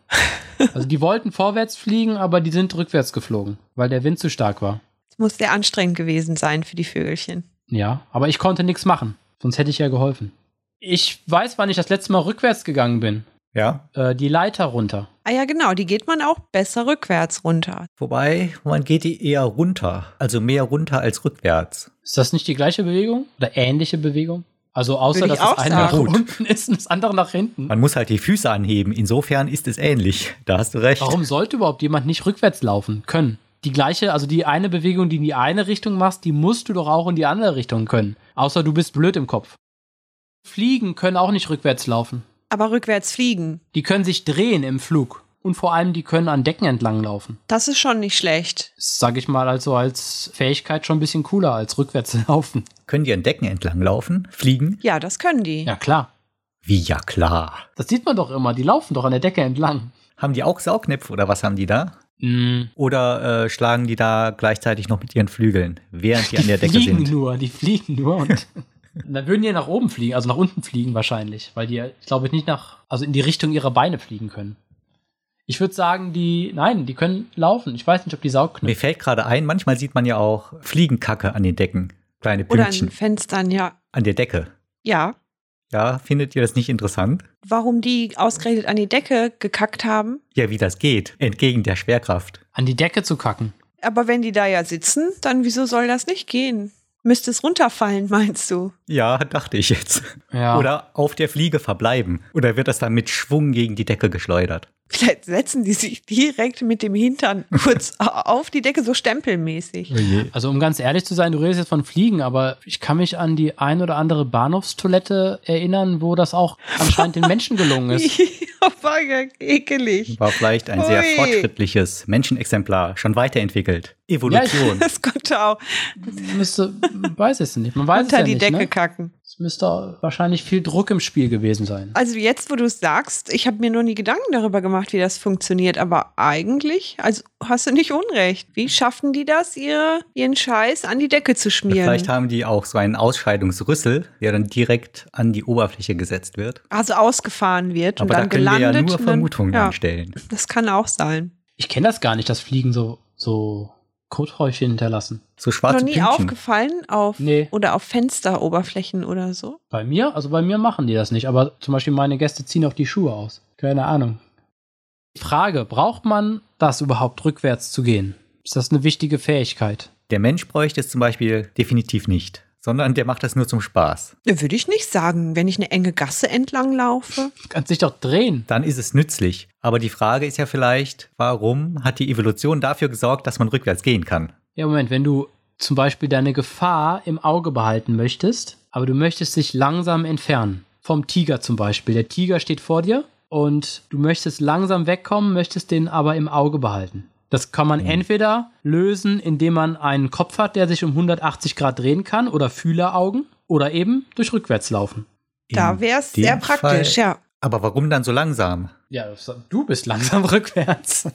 [SPEAKER 1] Also die wollten vorwärts fliegen, aber die sind rückwärts geflogen, weil der Wind zu stark war.
[SPEAKER 3] Das muss sehr anstrengend gewesen sein für die Vögelchen.
[SPEAKER 1] Ja, aber ich konnte nichts machen. Sonst hätte ich ja geholfen. Ich weiß, wann ich das letzte Mal rückwärts gegangen bin.
[SPEAKER 2] Ja.
[SPEAKER 1] Äh, die Leiter runter.
[SPEAKER 3] Ah ja, genau, die geht man auch besser rückwärts runter.
[SPEAKER 2] Wobei, man geht die eher runter. Also mehr runter als rückwärts.
[SPEAKER 1] Ist das nicht die gleiche Bewegung? Oder ähnliche Bewegung? Also außer,
[SPEAKER 3] Würde
[SPEAKER 1] dass
[SPEAKER 3] ich
[SPEAKER 1] das
[SPEAKER 3] auch
[SPEAKER 1] eine nach
[SPEAKER 3] sagen.
[SPEAKER 1] unten ist und das andere nach hinten.
[SPEAKER 2] Man muss halt die Füße anheben. Insofern ist es ähnlich. Da hast du recht.
[SPEAKER 1] Warum sollte überhaupt jemand nicht rückwärts laufen können? Die gleiche, also die eine Bewegung, die in die eine Richtung machst, die musst du doch auch in die andere Richtung können. Außer du bist blöd im Kopf. Fliegen können auch nicht rückwärts laufen.
[SPEAKER 3] Aber rückwärts fliegen,
[SPEAKER 1] Die können sich drehen im Flug. Und vor allem, die können an Decken entlang laufen.
[SPEAKER 3] das ist schon nicht schlecht.
[SPEAKER 1] ist, sag ich mal, also als Fähigkeit schon ein bisschen cooler als rückwärts (laughs) laufen.
[SPEAKER 2] Können die an Decken entlang laufen? Fliegen?
[SPEAKER 3] Ja, das können die.
[SPEAKER 1] Ja, klar.
[SPEAKER 2] Wie ja klar.
[SPEAKER 1] Das sieht man doch immer. Die laufen doch an der Decke entlang.
[SPEAKER 2] Haben die auch Saugnäpfe oder was haben die da?
[SPEAKER 1] Mhm.
[SPEAKER 2] Oder äh, schlagen die da gleichzeitig noch mit ihren Flügeln, während die
[SPEAKER 3] (laughs)
[SPEAKER 2] an der Decke
[SPEAKER 1] fliegen
[SPEAKER 2] sind?
[SPEAKER 1] nur, die fliegen nur.
[SPEAKER 2] (laughs)
[SPEAKER 1] Und dann würden die nach oben fliegen, also nach unten fliegen wahrscheinlich, weil die, ich glaube, nicht nach, also in die Richtung ihrer Beine fliegen können. Ich würde sagen, die, nein, die können laufen. Ich weiß nicht, ob die
[SPEAKER 2] Mir
[SPEAKER 1] Saugknöpfe.
[SPEAKER 2] fällt gerade ein, manchmal sieht man ja auch Fliegenkacke an den Decken. Kleine
[SPEAKER 3] Oder an den
[SPEAKER 2] Pünktchen
[SPEAKER 3] Fenstern, ja.
[SPEAKER 2] an der Decke.
[SPEAKER 3] Ja.
[SPEAKER 2] Ja, findet ihr das nicht interessant?
[SPEAKER 3] Warum die ausgerechnet an die Decke gekackt haben?
[SPEAKER 2] Ja, wie das geht, entgegen der Schwerkraft.
[SPEAKER 1] An die Decke zu kacken.
[SPEAKER 3] Aber wenn die da ja sitzen, dann wieso soll das nicht gehen? Müsste es runterfallen, (laughs) meinst du?
[SPEAKER 2] Ja, dachte ich jetzt.
[SPEAKER 1] Ja.
[SPEAKER 2] Oder auf der Fliege verbleiben. Oder wird das dann mit Schwung gegen die Decke geschleudert?
[SPEAKER 3] Vielleicht setzen die sich direkt mit dem Hintern
[SPEAKER 2] (laughs)
[SPEAKER 3] kurz auf die Decke, so stempelmäßig.
[SPEAKER 1] Also um ganz ehrlich zu sein, du redest jetzt von Fliegen, aber ich kann mich an die ein oder andere Bahnhofstoilette erinnern, wo das auch anscheinend den Menschen gelungen ist.
[SPEAKER 3] War (laughs) ja ekelig.
[SPEAKER 2] War vielleicht ein sehr
[SPEAKER 3] Ui.
[SPEAKER 2] fortschrittliches Menschenexemplar, schon weiterentwickelt. Evolution.
[SPEAKER 3] Das konnte auch
[SPEAKER 1] Müsste, weiß ich es nicht. Man weiß
[SPEAKER 3] unter
[SPEAKER 1] es ja
[SPEAKER 3] die
[SPEAKER 1] nicht.
[SPEAKER 3] Decke
[SPEAKER 1] ne?
[SPEAKER 3] kacken.
[SPEAKER 1] Es müsste wahrscheinlich viel Druck im Spiel gewesen sein.
[SPEAKER 3] Also jetzt, wo du es sagst, ich habe mir nur nie Gedanken darüber gemacht, wie das funktioniert, aber eigentlich, also hast du nicht Unrecht. Wie schaffen die das, ihr, ihren Scheiß an die Decke zu schmieren?
[SPEAKER 2] Vielleicht haben die auch so einen Ausscheidungsrüssel, der dann direkt an die Oberfläche gesetzt wird.
[SPEAKER 3] also ausgefahren wird
[SPEAKER 2] Aber
[SPEAKER 3] und
[SPEAKER 2] da
[SPEAKER 3] dann
[SPEAKER 2] können
[SPEAKER 3] gelandet.
[SPEAKER 2] wir ja nur
[SPEAKER 3] und dann-
[SPEAKER 2] Vermutungen
[SPEAKER 3] ja,
[SPEAKER 2] anstellen.
[SPEAKER 3] Das kann auch sein.
[SPEAKER 1] Ich kenne das gar nicht, dass Fliegen so, so Kothäufchen hinterlassen.
[SPEAKER 2] So schwarze
[SPEAKER 3] Noch nie
[SPEAKER 2] Pünktchen.
[SPEAKER 3] aufgefallen auf
[SPEAKER 1] Nee.
[SPEAKER 3] oder auf Fensteroberflächen oder so.
[SPEAKER 1] Bei mir? Also bei mir machen die das nicht, aber zum Beispiel meine Gäste ziehen auch die Schuhe aus. Keine Ahnung. Frage, braucht man das überhaupt rückwärts zu gehen? Ist das eine wichtige Fähigkeit?
[SPEAKER 2] Der Mensch bräuchte es zum Beispiel definitiv nicht, sondern der macht das nur zum Spaß.
[SPEAKER 3] Ja, würde ich nicht sagen, wenn ich eine enge Gasse entlang laufe.
[SPEAKER 1] Du kannst dich doch drehen.
[SPEAKER 2] Dann ist es nützlich. Aber die Frage ist ja vielleicht, warum hat die Evolution dafür gesorgt, dass man rückwärts gehen kann?
[SPEAKER 1] Ja, Moment, wenn du zum Beispiel deine Gefahr im Auge behalten möchtest, aber du möchtest dich langsam entfernen. Vom Tiger zum Beispiel. Der Tiger steht vor dir und du möchtest langsam wegkommen, möchtest den aber im Auge behalten. Das kann man entweder lösen, indem man einen Kopf hat, der sich um 180 Grad drehen kann oder Fühleraugen oder eben durch Rückwärtslaufen.
[SPEAKER 3] Da
[SPEAKER 2] In
[SPEAKER 3] wäre es
[SPEAKER 2] dem
[SPEAKER 3] sehr praktisch,
[SPEAKER 2] Fall-
[SPEAKER 3] ja.
[SPEAKER 2] Aber warum dann so langsam?
[SPEAKER 1] Ja, du bist langsam (laughs) rückwärts.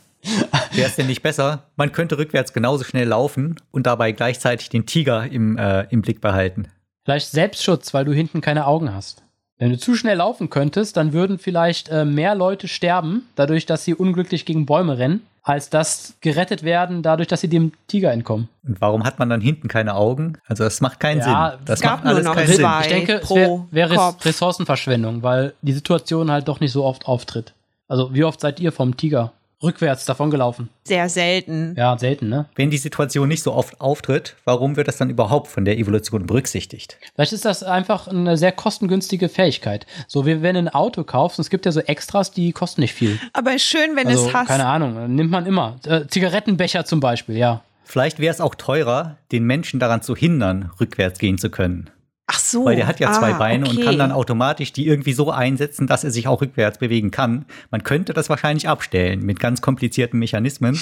[SPEAKER 2] Wäre es denn nicht besser? Man könnte rückwärts genauso schnell laufen und dabei gleichzeitig den Tiger im, äh, im Blick behalten.
[SPEAKER 1] Vielleicht Selbstschutz, weil du hinten keine Augen hast. Wenn du zu schnell laufen könntest, dann würden vielleicht äh, mehr Leute sterben, dadurch, dass sie unglücklich gegen Bäume rennen, als dass gerettet werden, dadurch, dass sie dem Tiger entkommen.
[SPEAKER 2] Und warum hat man dann hinten keine Augen? Also das macht keinen
[SPEAKER 1] Ja,
[SPEAKER 2] Sinn.
[SPEAKER 1] es
[SPEAKER 2] Das
[SPEAKER 3] gab
[SPEAKER 2] macht alles
[SPEAKER 3] nur noch
[SPEAKER 2] keinen
[SPEAKER 1] Ich
[SPEAKER 2] Sinn.
[SPEAKER 3] zwei. Ei,
[SPEAKER 1] denke, es
[SPEAKER 3] pro
[SPEAKER 1] wäre wär Res-
[SPEAKER 3] Kopf.
[SPEAKER 1] Ressourcenverschwendung, weil die Situation halt doch nicht so oft auftritt. Also, wie oft seid ihr vom Tiger rückwärts davongelaufen?
[SPEAKER 3] Sehr selten.
[SPEAKER 1] Ja, selten, ne?
[SPEAKER 2] Wenn die Situation nicht so oft auftritt, warum wird das dann überhaupt von der Evolution berücksichtigt?
[SPEAKER 1] Vielleicht ist das einfach eine sehr kostengünstige Fähigkeit. So wie wenn du ein Auto kaufst, und es gibt ja so Extras, die kosten nicht viel.
[SPEAKER 3] Aber schön, wenn
[SPEAKER 1] Also,
[SPEAKER 3] es hast.
[SPEAKER 1] keine Ahnung, nimmt man immer. Äh, Zigarettenbecher zum Beispiel, ja. (laughs)
[SPEAKER 2] Vielleicht wäre es auch teurer, den Menschen daran zu hindern, rückwärts gehen zu können.
[SPEAKER 3] Ach so.
[SPEAKER 2] Weil der hat ja zwei
[SPEAKER 3] Ah,
[SPEAKER 2] Beine und
[SPEAKER 3] okay.
[SPEAKER 2] kann dann automatisch die irgendwie so einsetzen, dass er sich auch rückwärts bewegen kann. Man könnte das wahrscheinlich abstellen mit ganz komplizierten Mechanismen,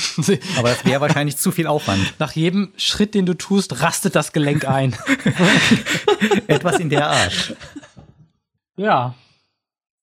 [SPEAKER 2] aber das wäre wahrscheinlich zu viel Aufwand.
[SPEAKER 1] Nach jedem Schritt, den du tust, rastet das Gelenk
[SPEAKER 3] (laughs)
[SPEAKER 1] ein.
[SPEAKER 2] Etwas in der Art.
[SPEAKER 1] ja.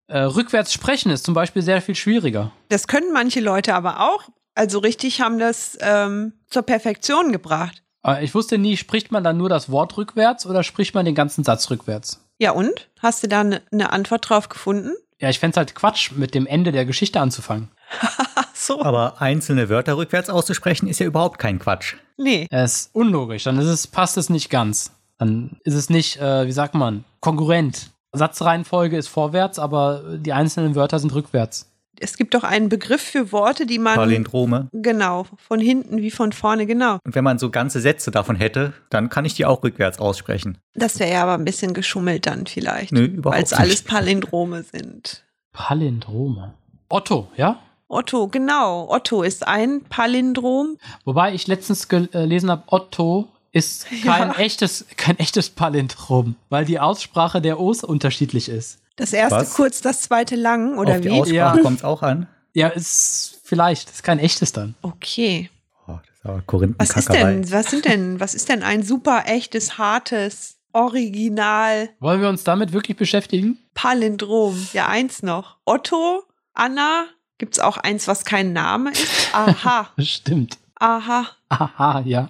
[SPEAKER 1] Äh, rückwärts sprechen ist zum Beispiel sehr viel schwieriger.
[SPEAKER 3] Das können manche Leute aber auch. Also richtig haben das ähm, zur Perfektion gebracht.
[SPEAKER 1] Äh, ich wusste nie, spricht man dann nur das Wort rückwärts oder spricht man den ganzen Satz rückwärts?
[SPEAKER 3] Ja und? Hast du da eine ne Antwort drauf gefunden?
[SPEAKER 1] Ja, ich fänd's halt Quatsch, mit dem Ende der Geschichte anzufangen.
[SPEAKER 3] Ach so.
[SPEAKER 2] Aber einzelne Wörter rückwärts auszusprechen ist ja überhaupt kein Quatsch.
[SPEAKER 3] nee.
[SPEAKER 1] Es ist unlogisch, dann ist es, passt es nicht ganz. Dann ist es nicht, äh, wie sagt man, konkurrent. Satzreihenfolge ist vorwärts, aber die einzelnen Wörter sind rückwärts.
[SPEAKER 3] Es gibt doch einen Begriff für Worte, die man.
[SPEAKER 2] Palindrome.
[SPEAKER 3] Genau, von hinten wie von vorne, genau.
[SPEAKER 2] Und wenn man so ganze Sätze davon hätte, dann kann ich die auch rückwärts aussprechen.
[SPEAKER 3] Das wäre ja aber ein bisschen geschummelt dann vielleicht.
[SPEAKER 2] Nö, überhaupt
[SPEAKER 3] Weil es alles
[SPEAKER 2] nicht.
[SPEAKER 3] Palindrome sind.
[SPEAKER 1] Palindrome. Otto, ja?
[SPEAKER 3] Otto, genau. Otto ist ein Palindrom.
[SPEAKER 1] Wobei ich letztens gel- äh, gelesen habe, Otto ist kein
[SPEAKER 3] (laughs) Ja.
[SPEAKER 1] echtes, kein echtes Palindrom, weil die Aussprache der O's unterschiedlich ist.
[SPEAKER 3] Das erste
[SPEAKER 2] Was?
[SPEAKER 3] kurz, das zweite lang, oder
[SPEAKER 2] Auf die
[SPEAKER 3] wie?
[SPEAKER 2] Aussprache
[SPEAKER 1] Ja.
[SPEAKER 2] kommt es auch an.
[SPEAKER 1] Ja, ist vielleicht, ist kein echtes dann.
[SPEAKER 3] Okay.
[SPEAKER 2] Oh, das ist aber
[SPEAKER 3] Was ist
[SPEAKER 2] Korinthenkackerei.
[SPEAKER 3] denn, was sind denn, was ist denn ein super echtes, hartes, original
[SPEAKER 1] Wollen wir uns damit wirklich beschäftigen?
[SPEAKER 3] Palindrom? Ja, eins noch. Otto, Anna, gibt's auch eins, was kein Name
[SPEAKER 2] (laughs)
[SPEAKER 3] ist? Aha,
[SPEAKER 1] Stimmt.
[SPEAKER 3] aha.
[SPEAKER 1] Aha, ja.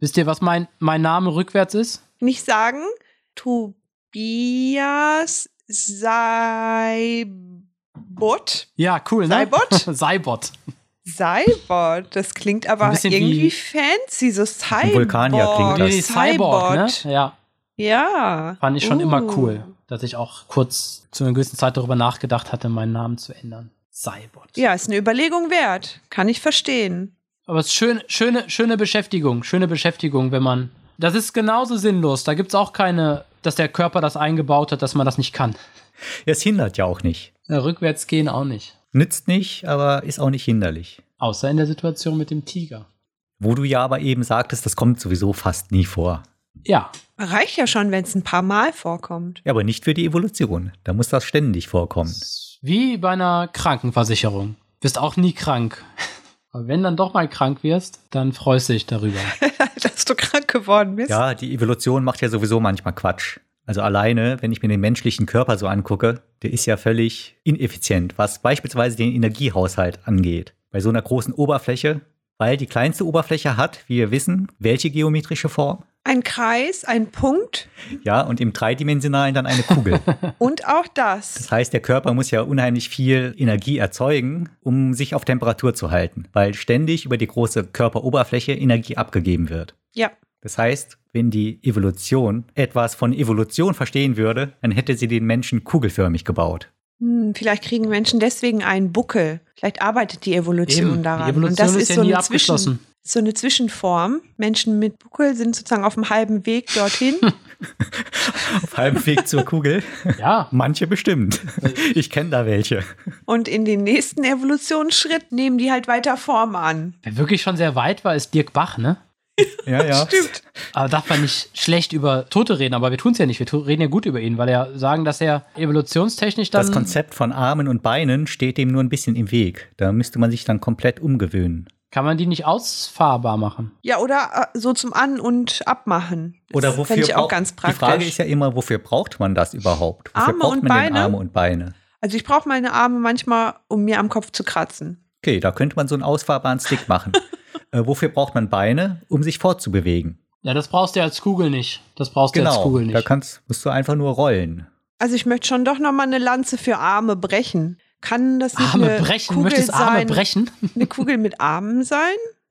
[SPEAKER 1] Wisst ihr, was mein, mein Name rückwärts ist?
[SPEAKER 3] Nicht sagen, Tobias Seibot.
[SPEAKER 1] Ja, cool, ne? (laughs)
[SPEAKER 3] Seibot?
[SPEAKER 1] Seibot.
[SPEAKER 3] Seibot, das klingt aber
[SPEAKER 1] Ein bisschen
[SPEAKER 3] irgendwie
[SPEAKER 1] wie-
[SPEAKER 3] fancy, so Cyborg.
[SPEAKER 2] Vulkanier
[SPEAKER 1] Nee,
[SPEAKER 2] klingt Das-
[SPEAKER 1] nee, Cyborg,
[SPEAKER 3] Cyborg.
[SPEAKER 1] ne? Ja.
[SPEAKER 3] Ja.
[SPEAKER 1] Fand ich schon
[SPEAKER 3] Uh.
[SPEAKER 1] immer cool, dass ich auch kurz zu einer gewissen Zeit darüber nachgedacht hatte, meinen Namen zu ändern. Seibot.
[SPEAKER 3] Ja, ist eine Überlegung wert. Kann ich verstehen.
[SPEAKER 1] Aber es ist schön, schöne, schöne Beschäftigung, schöne Beschäftigung, wenn man. Das ist genauso sinnlos. Da gibt es auch keine, dass der Körper das eingebaut hat, dass man das nicht kann.
[SPEAKER 2] Es hindert ja auch nicht.
[SPEAKER 1] Ja, rückwärts gehen auch nicht.
[SPEAKER 2] Nützt nicht, aber ist auch nicht hinderlich.
[SPEAKER 1] Außer in der Situation mit dem Tiger.
[SPEAKER 2] Wo du ja aber eben sagtest, das kommt sowieso fast nie vor.
[SPEAKER 1] Ja,
[SPEAKER 3] Reicht ja schon, wenn es ein paar Mal vorkommt. (laughs)
[SPEAKER 2] Ja, aber nicht für die Evolution. Da muss das ständig vorkommen.
[SPEAKER 1] wie bei einer Krankenversicherung. Bist auch nie krank. (laughs) Aber wenn dann doch mal krank wirst, dann freust du dich darüber.
[SPEAKER 3] Dass du krank geworden bist.
[SPEAKER 2] Ja, die Evolution macht ja sowieso manchmal Quatsch. Also alleine, wenn ich mir den menschlichen Körper so angucke, der ist ja völlig ineffizient, was beispielsweise den Energiehaushalt angeht. Bei so einer großen Oberfläche, weil die kleinste Oberfläche hat, wie wir wissen, welche geometrische Form?
[SPEAKER 3] Ein Kreis, ein Punkt
[SPEAKER 2] Ja, und im dreidimensionalen dann eine Kugel.
[SPEAKER 3] und auch das.
[SPEAKER 2] Das heißt, der Körper muss ja unheimlich viel Energie erzeugen, um sich auf Temperatur zu halten, weil ständig über die große Körperoberfläche Energie abgegeben wird.
[SPEAKER 3] Ja.
[SPEAKER 2] Das heißt, wenn die Evolution etwas von Evolution verstehen würde, dann hätte sie den Menschen kugelförmig gebaut.
[SPEAKER 3] Hm, vielleicht kriegen Menschen deswegen einen Buckel. Vielleicht arbeitet die Evolution
[SPEAKER 1] Eben,
[SPEAKER 3] daran.
[SPEAKER 1] Die Evolution
[SPEAKER 3] und das
[SPEAKER 1] ist
[SPEAKER 3] ist
[SPEAKER 1] ja
[SPEAKER 3] so
[SPEAKER 1] nie
[SPEAKER 3] eine Zwischen-
[SPEAKER 1] abgeschlossen.
[SPEAKER 3] so eine Zwischenform. Menschen mit Buckel sind sozusagen auf dem halben Weg
[SPEAKER 1] (laughs)
[SPEAKER 3] dorthin.
[SPEAKER 2] Auf halbem Weg zur Kugel.
[SPEAKER 1] (laughs) Ja,
[SPEAKER 2] Manche bestimmt. Ich kenne da welche.
[SPEAKER 3] und in den nächsten Evolutionsschritt nehmen die halt weiter Form an.
[SPEAKER 1] wer wirklich schon sehr weit war, ist Dirk Bach, ne?
[SPEAKER 2] Ja, ja.
[SPEAKER 3] Stimmt.
[SPEAKER 1] Aber darf man nicht schlecht über Tote reden, aber wir tun es ja nicht. Wir tu- reden ja gut über ihn, weil ja sagen, dass er evolutionstechnisch dann.
[SPEAKER 2] Das Konzept von Armen und Beinen steht dem nur ein bisschen im Weg. Da müsste man sich dann komplett umgewöhnen.
[SPEAKER 1] kann man die nicht ausfahrbar machen.
[SPEAKER 3] Ja, oder äh, so zum An- und Abmachen. Das
[SPEAKER 2] Oder wofür
[SPEAKER 3] fänd ich auch
[SPEAKER 2] braucht-
[SPEAKER 3] ganz
[SPEAKER 2] Die
[SPEAKER 3] praktisch.
[SPEAKER 2] Frage ist ja immer, wofür braucht man das überhaupt? Wofür
[SPEAKER 3] Arme
[SPEAKER 2] braucht
[SPEAKER 3] und
[SPEAKER 2] man denn
[SPEAKER 3] Beine?
[SPEAKER 2] Arme und Beine?
[SPEAKER 3] also ich brauche meine Arme manchmal, um mir am Kopf zu kratzen.
[SPEAKER 2] Okay, da könnte man so einen ausfahrbaren
[SPEAKER 3] (laughs)
[SPEAKER 2] Stick machen. äh, wofür braucht man Beine, um sich fortzubewegen?
[SPEAKER 1] Ja, das brauchst du ja als Kugel nicht. Das brauchst du als
[SPEAKER 2] Genau,
[SPEAKER 1] Kugel
[SPEAKER 2] da
[SPEAKER 1] nicht.
[SPEAKER 2] kannst, musst du einfach nur rollen.
[SPEAKER 3] Also ich möchte schon doch nochmal eine Lanze für Arme brechen. Kann das nicht
[SPEAKER 1] Arme
[SPEAKER 3] eine
[SPEAKER 1] brechen,
[SPEAKER 3] Kugel
[SPEAKER 1] möchtest
[SPEAKER 3] sein?
[SPEAKER 1] Arme brechen?
[SPEAKER 3] Eine Kugel mit Armen sein?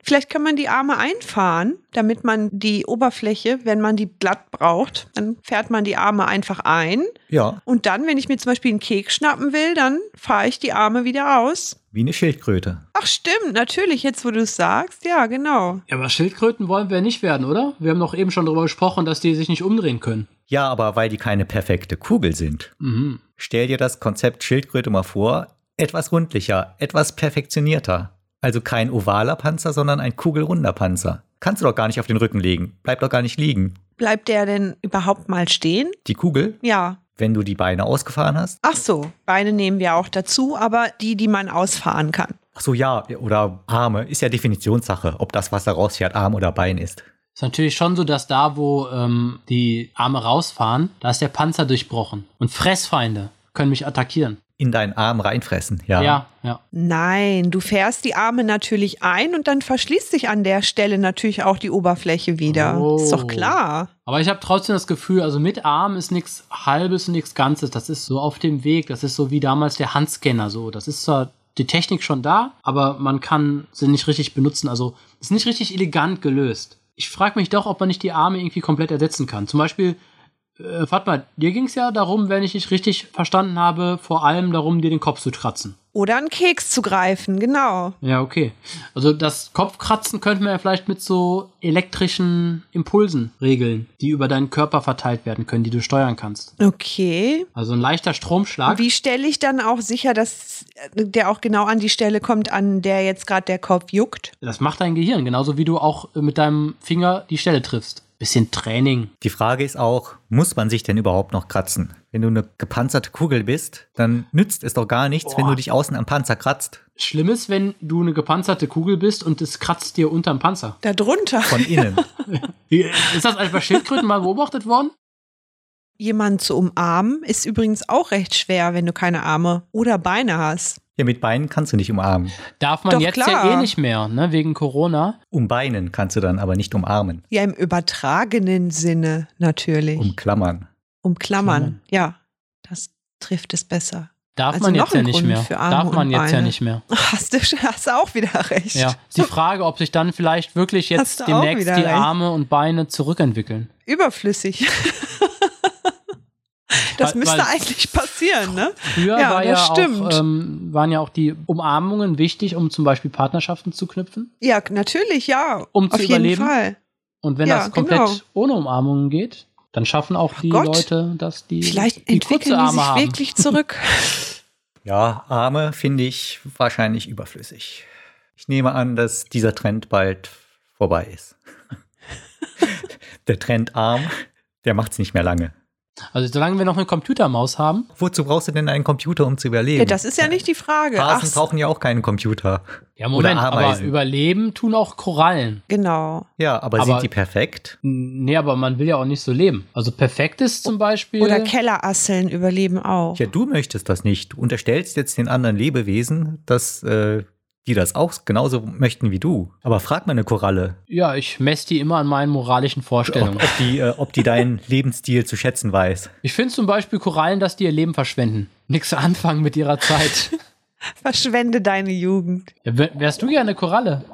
[SPEAKER 3] Vielleicht kann man die Arme einfahren, damit man die Oberfläche, wenn man die glatt braucht, dann fährt man die Arme einfach ein.
[SPEAKER 2] Ja,
[SPEAKER 3] Und dann, wenn ich mir zum Beispiel einen Keks schnappen will, dann fahre ich die Arme wieder aus.
[SPEAKER 2] wie eine Schildkröte.
[SPEAKER 3] Ach stimmt, natürlich, jetzt wo du es sagst. Ja, genau.
[SPEAKER 1] (laughs) Ja, aber Schildkröten wollen wir nicht werden, oder? Wir haben doch eben schon darüber gesprochen, dass die sich nicht umdrehen können.
[SPEAKER 2] Ja, aber weil die keine perfekte Kugel sind.
[SPEAKER 1] Mhm.
[SPEAKER 2] Stell dir das Konzept Schildkröte mal vor, etwas rundlicher, etwas perfektionierter. Also kein ovaler Panzer, sondern ein kugelrunder Panzer. Kannst du doch gar nicht auf den Rücken legen. Bleib doch gar nicht liegen.
[SPEAKER 3] Bleibt der denn überhaupt mal stehen?
[SPEAKER 2] Die Kugel,
[SPEAKER 3] Ja.
[SPEAKER 2] wenn du die Beine ausgefahren hast,
[SPEAKER 3] Ach so, Beine nehmen wir auch dazu, aber die, die man ausfahren kann.
[SPEAKER 2] Ach so, ja, oder Arme. Ist ja Definitionssache, ob das, was da rausfährt, Arm oder Bein ist.
[SPEAKER 1] Ist natürlich schon so, dass da, wo ähm, die Arme rausfahren, da ist der Panzer durchbrochen. Und Fressfeinde können mich attackieren.
[SPEAKER 2] In deinen Arm reinfressen, ja.
[SPEAKER 1] Ja, ja.
[SPEAKER 3] Nein, du fährst die Arme natürlich ein und dann verschließt sich an der Stelle natürlich auch die Oberfläche wieder.
[SPEAKER 1] Oh.
[SPEAKER 3] Ist doch klar.
[SPEAKER 1] Aber ich habe trotzdem das Gefühl, also mit Arm ist nichts Halbes und nichts Ganzes. Das ist so auf dem Weg. Das ist so wie damals der Handscanner. So, das ist zwar die Technik schon da, aber man kann sie nicht richtig benutzen. Also ist nicht richtig elegant gelöst. Ich frage mich doch, ob man nicht die Arme irgendwie komplett ersetzen kann. Zum Beispiel, äh, Fatma, dir ging es ja darum, wenn ich dich richtig verstanden habe, vor allem darum, dir den Kopf zu kratzen.
[SPEAKER 3] Oder einen Keks zu greifen, genau.
[SPEAKER 1] Ja, okay. Also das Kopfkratzen könnten wir ja vielleicht mit so elektrischen Impulsen regeln, die über deinen Körper verteilt werden können, die du steuern kannst.
[SPEAKER 3] Okay.
[SPEAKER 1] Also ein leichter Stromschlag.
[SPEAKER 3] Wie stelle ich dann auch sicher, dass der auch genau an die Stelle kommt, an der jetzt gerade der Kopf juckt?
[SPEAKER 1] Das macht dein Gehirn, genauso wie du auch mit deinem Finger die Stelle triffst. Bisschen Training.
[SPEAKER 2] Die Frage ist auch, muss man sich denn überhaupt noch kratzen? Wenn du eine gepanzerte Kugel bist, dann nützt es doch gar nichts, wenn du dich außen am Panzer kratzt.
[SPEAKER 1] Schlimm ist, wenn du eine gepanzerte Kugel bist und es kratzt dir unterm Panzer.
[SPEAKER 3] Darunter.
[SPEAKER 2] Von (laughs) innen.
[SPEAKER 1] Ist das etwa Schildkröten mal beobachtet worden?
[SPEAKER 3] Jemanden zu umarmen ist übrigens auch recht schwer, wenn du keine Arme oder Beine hast.
[SPEAKER 2] ja, mit Beinen kannst du nicht umarmen.
[SPEAKER 1] Darf man
[SPEAKER 3] Doch,
[SPEAKER 1] jetzt
[SPEAKER 3] klar.
[SPEAKER 1] ja eh nicht mehr, ne? Wegen Corona.
[SPEAKER 2] Um Beinen kannst du dann aber nicht umarmen. um
[SPEAKER 3] Ja, im übertragenen Sinne natürlich.
[SPEAKER 2] Umklammern.
[SPEAKER 3] Umklammern.
[SPEAKER 1] Um Klammern.
[SPEAKER 3] Ja, das trifft es besser. (laughs)
[SPEAKER 1] Darf
[SPEAKER 3] Also
[SPEAKER 1] man
[SPEAKER 3] noch
[SPEAKER 1] jetzt ja
[SPEAKER 3] ein
[SPEAKER 1] nicht
[SPEAKER 3] Grund
[SPEAKER 1] mehr.
[SPEAKER 3] für Arme
[SPEAKER 1] Darf man
[SPEAKER 3] und
[SPEAKER 1] jetzt ja
[SPEAKER 3] Beine.
[SPEAKER 1] nicht mehr.
[SPEAKER 3] Hast du hast du auch wieder recht.
[SPEAKER 1] Ja, ist die Frage, ob sich dann vielleicht wirklich
[SPEAKER 3] Hast du
[SPEAKER 1] jetzt
[SPEAKER 3] auch
[SPEAKER 1] demnächst die
[SPEAKER 3] wieder recht.
[SPEAKER 1] Arme und Beine zurückentwickeln.
[SPEAKER 3] Überflüssig. (laughs) Das
[SPEAKER 1] Weil-
[SPEAKER 3] müsste
[SPEAKER 1] weil-
[SPEAKER 3] eigentlich passieren, ne?
[SPEAKER 1] Früher
[SPEAKER 3] Ja,
[SPEAKER 1] war
[SPEAKER 3] das
[SPEAKER 1] ja
[SPEAKER 3] stimmt.
[SPEAKER 1] auch, ähm, waren ja auch die Umarmungen wichtig, um zum Beispiel Partnerschaften zu knüpfen.
[SPEAKER 3] Ja, natürlich, ja.
[SPEAKER 1] Um zu
[SPEAKER 3] Auf jeden
[SPEAKER 1] überleben.
[SPEAKER 3] Fall.
[SPEAKER 1] Und wenn
[SPEAKER 3] Ja,
[SPEAKER 1] das komplett
[SPEAKER 3] genau. Oh
[SPEAKER 1] ohne Umarmungen geht, dann schaffen auch die
[SPEAKER 3] Gott.
[SPEAKER 1] Leute, dass die,
[SPEAKER 3] Vielleicht
[SPEAKER 1] die kurze
[SPEAKER 3] entwickeln die
[SPEAKER 1] Arme
[SPEAKER 3] sich
[SPEAKER 1] (laughs) haben.
[SPEAKER 3] wirklich zurück.
[SPEAKER 2] Ja, Arme finde ich wahrscheinlich überflüssig. Ich nehme an, dass dieser Trend bald vorbei ist. (laughs) der Trend Arm, der macht es nicht mehr lange.
[SPEAKER 1] Also solange wir noch eine Computermaus haben.
[SPEAKER 2] Wozu brauchst du denn einen Computer, um zu überleben?
[SPEAKER 3] Ja, das ist ja nicht die Frage.
[SPEAKER 2] Hasen
[SPEAKER 3] Ach,
[SPEAKER 2] brauchen ja auch keinen Computer.
[SPEAKER 1] Ja, Moment,
[SPEAKER 2] Oder
[SPEAKER 1] aber
[SPEAKER 2] Ameisen.
[SPEAKER 1] überleben tun auch Korallen.
[SPEAKER 3] genau.
[SPEAKER 2] ja, aber,
[SPEAKER 1] aber-
[SPEAKER 2] sind die perfekt?
[SPEAKER 1] Nee, aber man will ja auch nicht so leben. Also perfekt ist zum Beispiel.
[SPEAKER 3] Oder Kellerasseln überleben auch.
[SPEAKER 2] Ja, du möchtest das nicht. Du unterstellst jetzt den anderen Lebewesen, dass äh, die das auch genauso möchten wie du. Aber frag mal eine Koralle,
[SPEAKER 1] ja, ich messe die immer an meinen moralischen Vorstellungen.
[SPEAKER 2] ob, ob, die, äh, ob die deinen Lebensstil zu schätzen weiß.
[SPEAKER 1] Ich finde zum Beispiel Korallen, dass die ihr Leben verschwenden. Nix anfangen mit ihrer Zeit.
[SPEAKER 3] Verschwende deine Jugend.
[SPEAKER 1] ja, wär- wärst du ja eine Koralle?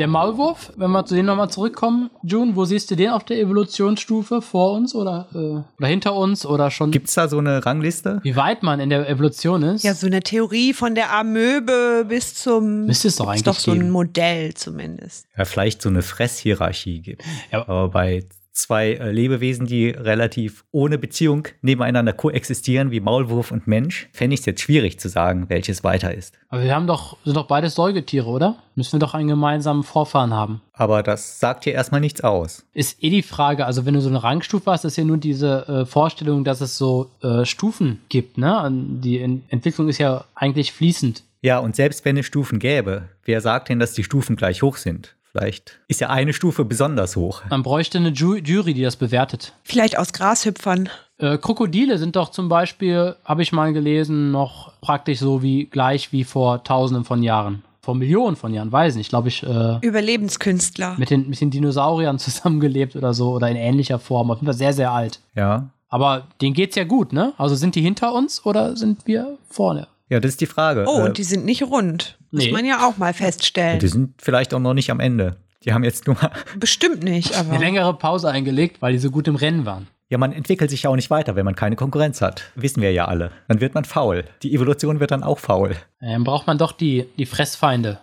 [SPEAKER 1] Der Maulwurf, wenn wir zu denen nochmal zurückkommen, June, wo siehst du den auf der Evolutionsstufe? Vor uns oder, äh, oder hinter uns oder schon?
[SPEAKER 2] Gibt es da so eine Rangliste?
[SPEAKER 1] wie weit man in der Evolution ist?
[SPEAKER 3] Ja, so eine Theorie von der Amöbe bis zum.
[SPEAKER 1] Müsste es doch eigentlich
[SPEAKER 3] Ist doch so ein
[SPEAKER 1] geben.
[SPEAKER 3] Modell zumindest.
[SPEAKER 2] Ja, vielleicht so eine Fresshierarchie gibt.
[SPEAKER 1] Ja.
[SPEAKER 2] Aber bei zwei äh, Lebewesen, die relativ ohne Beziehung nebeneinander koexistieren, wie Maulwurf und Mensch, fände ich es jetzt schwierig zu sagen, welches weiter ist.
[SPEAKER 1] Aber wir haben doch, sind doch beides Säugetiere, oder? Müssen wir doch einen gemeinsamen Vorfahren haben.
[SPEAKER 2] Aber das sagt dir erstmal nichts aus.
[SPEAKER 1] Ist eh die Frage, also wenn du so eine Rangstufe hast, ist ja nur diese äh, Vorstellung, dass es so äh, Stufen gibt, ne? An- Die Ent- Entwicklung ist ja eigentlich fließend.
[SPEAKER 2] Ja, und selbst wenn es Stufen gäbe, wer sagt denn, dass die Stufen gleich hoch sind? Vielleicht ist ja eine Stufe besonders hoch.
[SPEAKER 3] Ah.
[SPEAKER 1] Man bräuchte eine Ju Jury, die das bewertet.
[SPEAKER 3] Vielleicht aus Grashüpfern.
[SPEAKER 1] Äh, Krokodile sind doch zum Beispiel, habe ich mal gelesen, noch praktisch so wie gleich wie vor Tausenden von Jahren. Vor Millionen von Jahren, weiß nicht, glaube ich, äh,
[SPEAKER 3] Überlebenskünstler.
[SPEAKER 1] mit den, mit den Dinosauriern (laughs) zusammengelebt oder so oder in ähnlicher Form. Auf jeden Fall sehr, sehr alt.
[SPEAKER 2] Ja.
[SPEAKER 1] Aber denen geht's ja gut, ne? Also sind die hinter uns oder sind wir vorne?
[SPEAKER 2] Ja, das ist die Frage.
[SPEAKER 3] Oh,
[SPEAKER 2] Äh,
[SPEAKER 3] und die sind nicht rund. Muss
[SPEAKER 1] nee.
[SPEAKER 3] man ja auch mal
[SPEAKER 2] die
[SPEAKER 3] feststellen.
[SPEAKER 2] sind vielleicht auch noch nicht am Ende. Die haben jetzt nur.
[SPEAKER 3] Bestimmt nicht,
[SPEAKER 1] Eine
[SPEAKER 3] aber.
[SPEAKER 1] längere Pause eingelegt, weil die so gut im Rennen waren.
[SPEAKER 2] Ja, man entwickelt sich ja auch nicht weiter, wenn man keine Konkurrenz hat. Wissen wir ja alle. Dann wird man faul. Die Evolution wird dann auch faul.
[SPEAKER 1] Äh, Dann braucht man doch die, die Fressfeinde.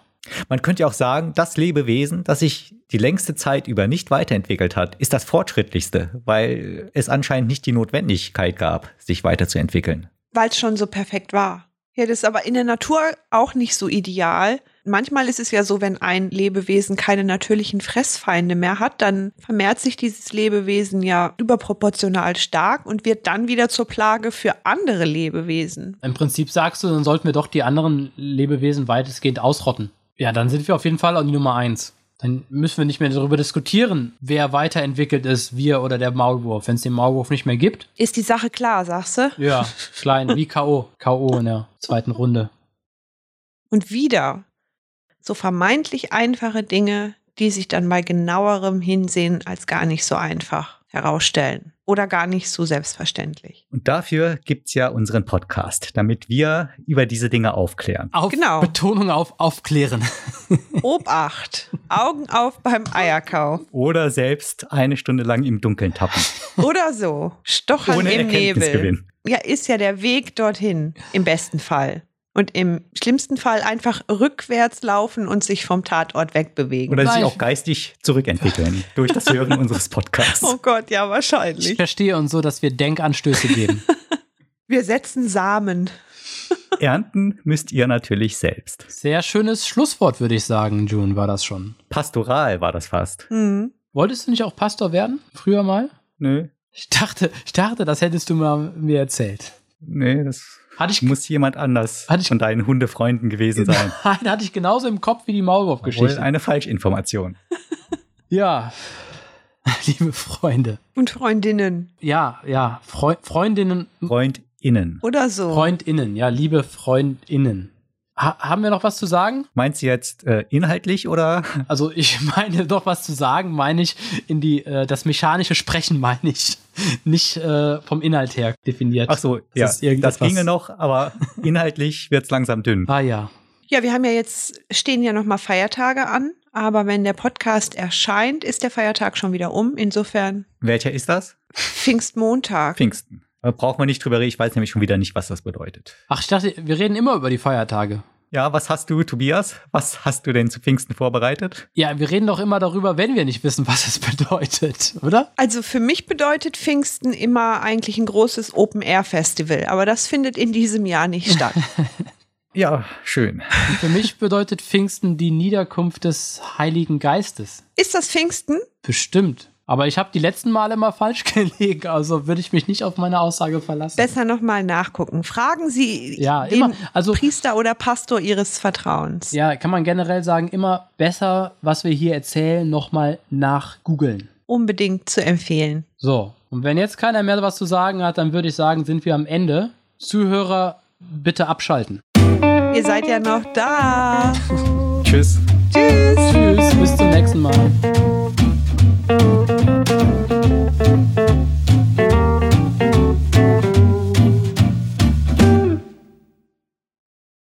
[SPEAKER 2] Man könnte ja auch sagen, das Lebewesen, das sich die längste Zeit über nicht weiterentwickelt hat, ist das fortschrittlichste, weil es anscheinend nicht die Notwendigkeit gab, sich weiterzuentwickeln.
[SPEAKER 3] Weil es schon so perfekt war. Ja, das ist aber in der Natur auch nicht so ideal. Manchmal ist es ja so, wenn ein Lebewesen keine natürlichen Fressfeinde mehr hat, dann vermehrt sich dieses Lebewesen ja überproportional stark und wird dann wieder zur Plage für andere Lebewesen.
[SPEAKER 1] Im Prinzip sagst du, dann sollten wir doch die anderen Lebewesen weitestgehend ausrotten. Ja, dann sind wir auf jeden Fall an die Nummer eins. Dann müssen wir nicht mehr darüber diskutieren, wer weiterentwickelt ist, wir oder der Maulwurf. Wenn es den Maulwurf nicht mehr gibt,
[SPEAKER 3] Ist die Sache klar, sagst du?
[SPEAKER 1] ja, klein, wie K.O. K.O. in der zweiten Runde.
[SPEAKER 3] Und wieder so vermeintlich einfache Dinge, die sich dann bei genauerem Hinsehen als gar nicht so einfach herausstellen oder gar nicht so selbstverständlich.
[SPEAKER 2] Und dafür gibt's ja unseren Podcast, damit wir über diese Dinge aufklären.
[SPEAKER 1] Auf,
[SPEAKER 3] Genau.
[SPEAKER 1] Betonung auf aufklären.
[SPEAKER 3] Obacht, Augen auf beim Eierkauf
[SPEAKER 2] Oder selbst eine Stunde lang im Dunkeln tappen.
[SPEAKER 3] oder so. Stochern
[SPEAKER 2] Ohne
[SPEAKER 3] im Nebel.
[SPEAKER 2] Erkenntnisgewinn.
[SPEAKER 3] Ja, ist ja der Weg dorthin im besten Fall. Und im schlimmsten Fall einfach rückwärts laufen und sich vom Tatort wegbewegen.
[SPEAKER 2] Oder sich
[SPEAKER 1] Nein.
[SPEAKER 2] auch geistig zurückentwickeln durch das Hören unseres
[SPEAKER 3] oh
[SPEAKER 2] Podcasts.
[SPEAKER 3] Gott, ja,
[SPEAKER 1] Ich
[SPEAKER 3] wahrscheinlich.
[SPEAKER 1] verstehe uns so, dass wir Denkanstöße geben.
[SPEAKER 3] Wir setzen Samen.
[SPEAKER 2] Ernten müsst ihr natürlich selbst.
[SPEAKER 1] Sehr schönes Schlusswort, würde ich sagen, June, war das schon.
[SPEAKER 2] Pastoral war das fast.
[SPEAKER 3] Hm.
[SPEAKER 1] Wolltest du nicht auch Pastor werden? Früher mal?
[SPEAKER 2] Nö,
[SPEAKER 1] Ich dachte, ich dachte, das hättest du mal mir erzählt.
[SPEAKER 2] nee, das
[SPEAKER 1] Hatte ich,
[SPEAKER 2] muss jemand anders
[SPEAKER 1] Hatte ich-
[SPEAKER 2] von deinen Hundefreunden gewesen sein.
[SPEAKER 1] (laughs) nein, hatte ich genauso im Kopf wie die
[SPEAKER 2] Wohl
[SPEAKER 1] Maulwurfgeschichte.
[SPEAKER 2] eine Falschinformation.
[SPEAKER 1] Ja, (laughs) liebe Freunde.
[SPEAKER 3] Und Freundinnen
[SPEAKER 1] Ja, ja, Freu Freundinnen,
[SPEAKER 2] FreundInnen.
[SPEAKER 3] oder so.
[SPEAKER 1] Freundinnen, ja, liebe Freundinnen. Ha haben wir noch was zu sagen?
[SPEAKER 2] Meinst du jetzt äh, inhaltlich oder
[SPEAKER 1] Also ich (laughs) meine doch was zu sagen, meine ich in die äh, das mechanische Sprechen (laughs) meine ich nicht äh, vom Inhalt her definiert.
[SPEAKER 2] Ach so, ja,
[SPEAKER 1] ist irgendetwas-
[SPEAKER 2] das ginge noch, aber inhaltlich wird's langsam dünn.
[SPEAKER 1] Ah ja.
[SPEAKER 3] Ja, wir haben ja jetzt, stehen ja nochmal Feiertage an, aber wenn der Podcast erscheint, ist der Feiertag schon wieder um. Insofern
[SPEAKER 2] Welcher ist das?
[SPEAKER 3] Pfingstmontag.
[SPEAKER 2] Pfingsten. Äh, Brauchen wir nicht drüber reden, ich weiß nämlich schon wieder nicht, was das bedeutet.
[SPEAKER 1] Ach, ich dachte, wir reden immer über die Feiertage.
[SPEAKER 2] Ja, was hast du, Tobias? Was hast du denn zu Pfingsten vorbereitet?
[SPEAKER 1] Ja, wir reden doch immer darüber, wenn wir nicht wissen, (laughs) was es bedeutet, oder?
[SPEAKER 3] Also für mich bedeutet Pfingsten immer eigentlich ein großes Open-Air-Festival, aber das findet in diesem
[SPEAKER 1] (laughs)
[SPEAKER 3] Jahr nicht statt.
[SPEAKER 2] Ja, schön.
[SPEAKER 1] Und für mich bedeutet Pfingsten die Niederkunft des Heiligen Geistes.
[SPEAKER 3] Ist das Pfingsten?
[SPEAKER 1] Bestimmt. Aber ich habe die letzten Male immer falsch (laughs) gelegen, also würde ich mich nicht auf meine Aussage verlassen.
[SPEAKER 3] Besser nochmal nachgucken. Fragen Sie
[SPEAKER 1] Ja,
[SPEAKER 3] den
[SPEAKER 1] immer. Also-
[SPEAKER 3] Priester oder Pastor Ihres Vertrauens.
[SPEAKER 1] ja, kann man generell sagen, immer besser, was wir hier erzählen, nochmal nachgoogeln.
[SPEAKER 3] Unbedingt zu empfehlen.
[SPEAKER 1] So, und wenn jetzt keiner mehr was zu sagen hat, dann würde ich sagen, sind wir am Ende. Zuhörer, bitte abschalten.
[SPEAKER 3] Ihr seid ja noch da.
[SPEAKER 2] Tschüss.
[SPEAKER 3] Tschüss.
[SPEAKER 1] Tschüss.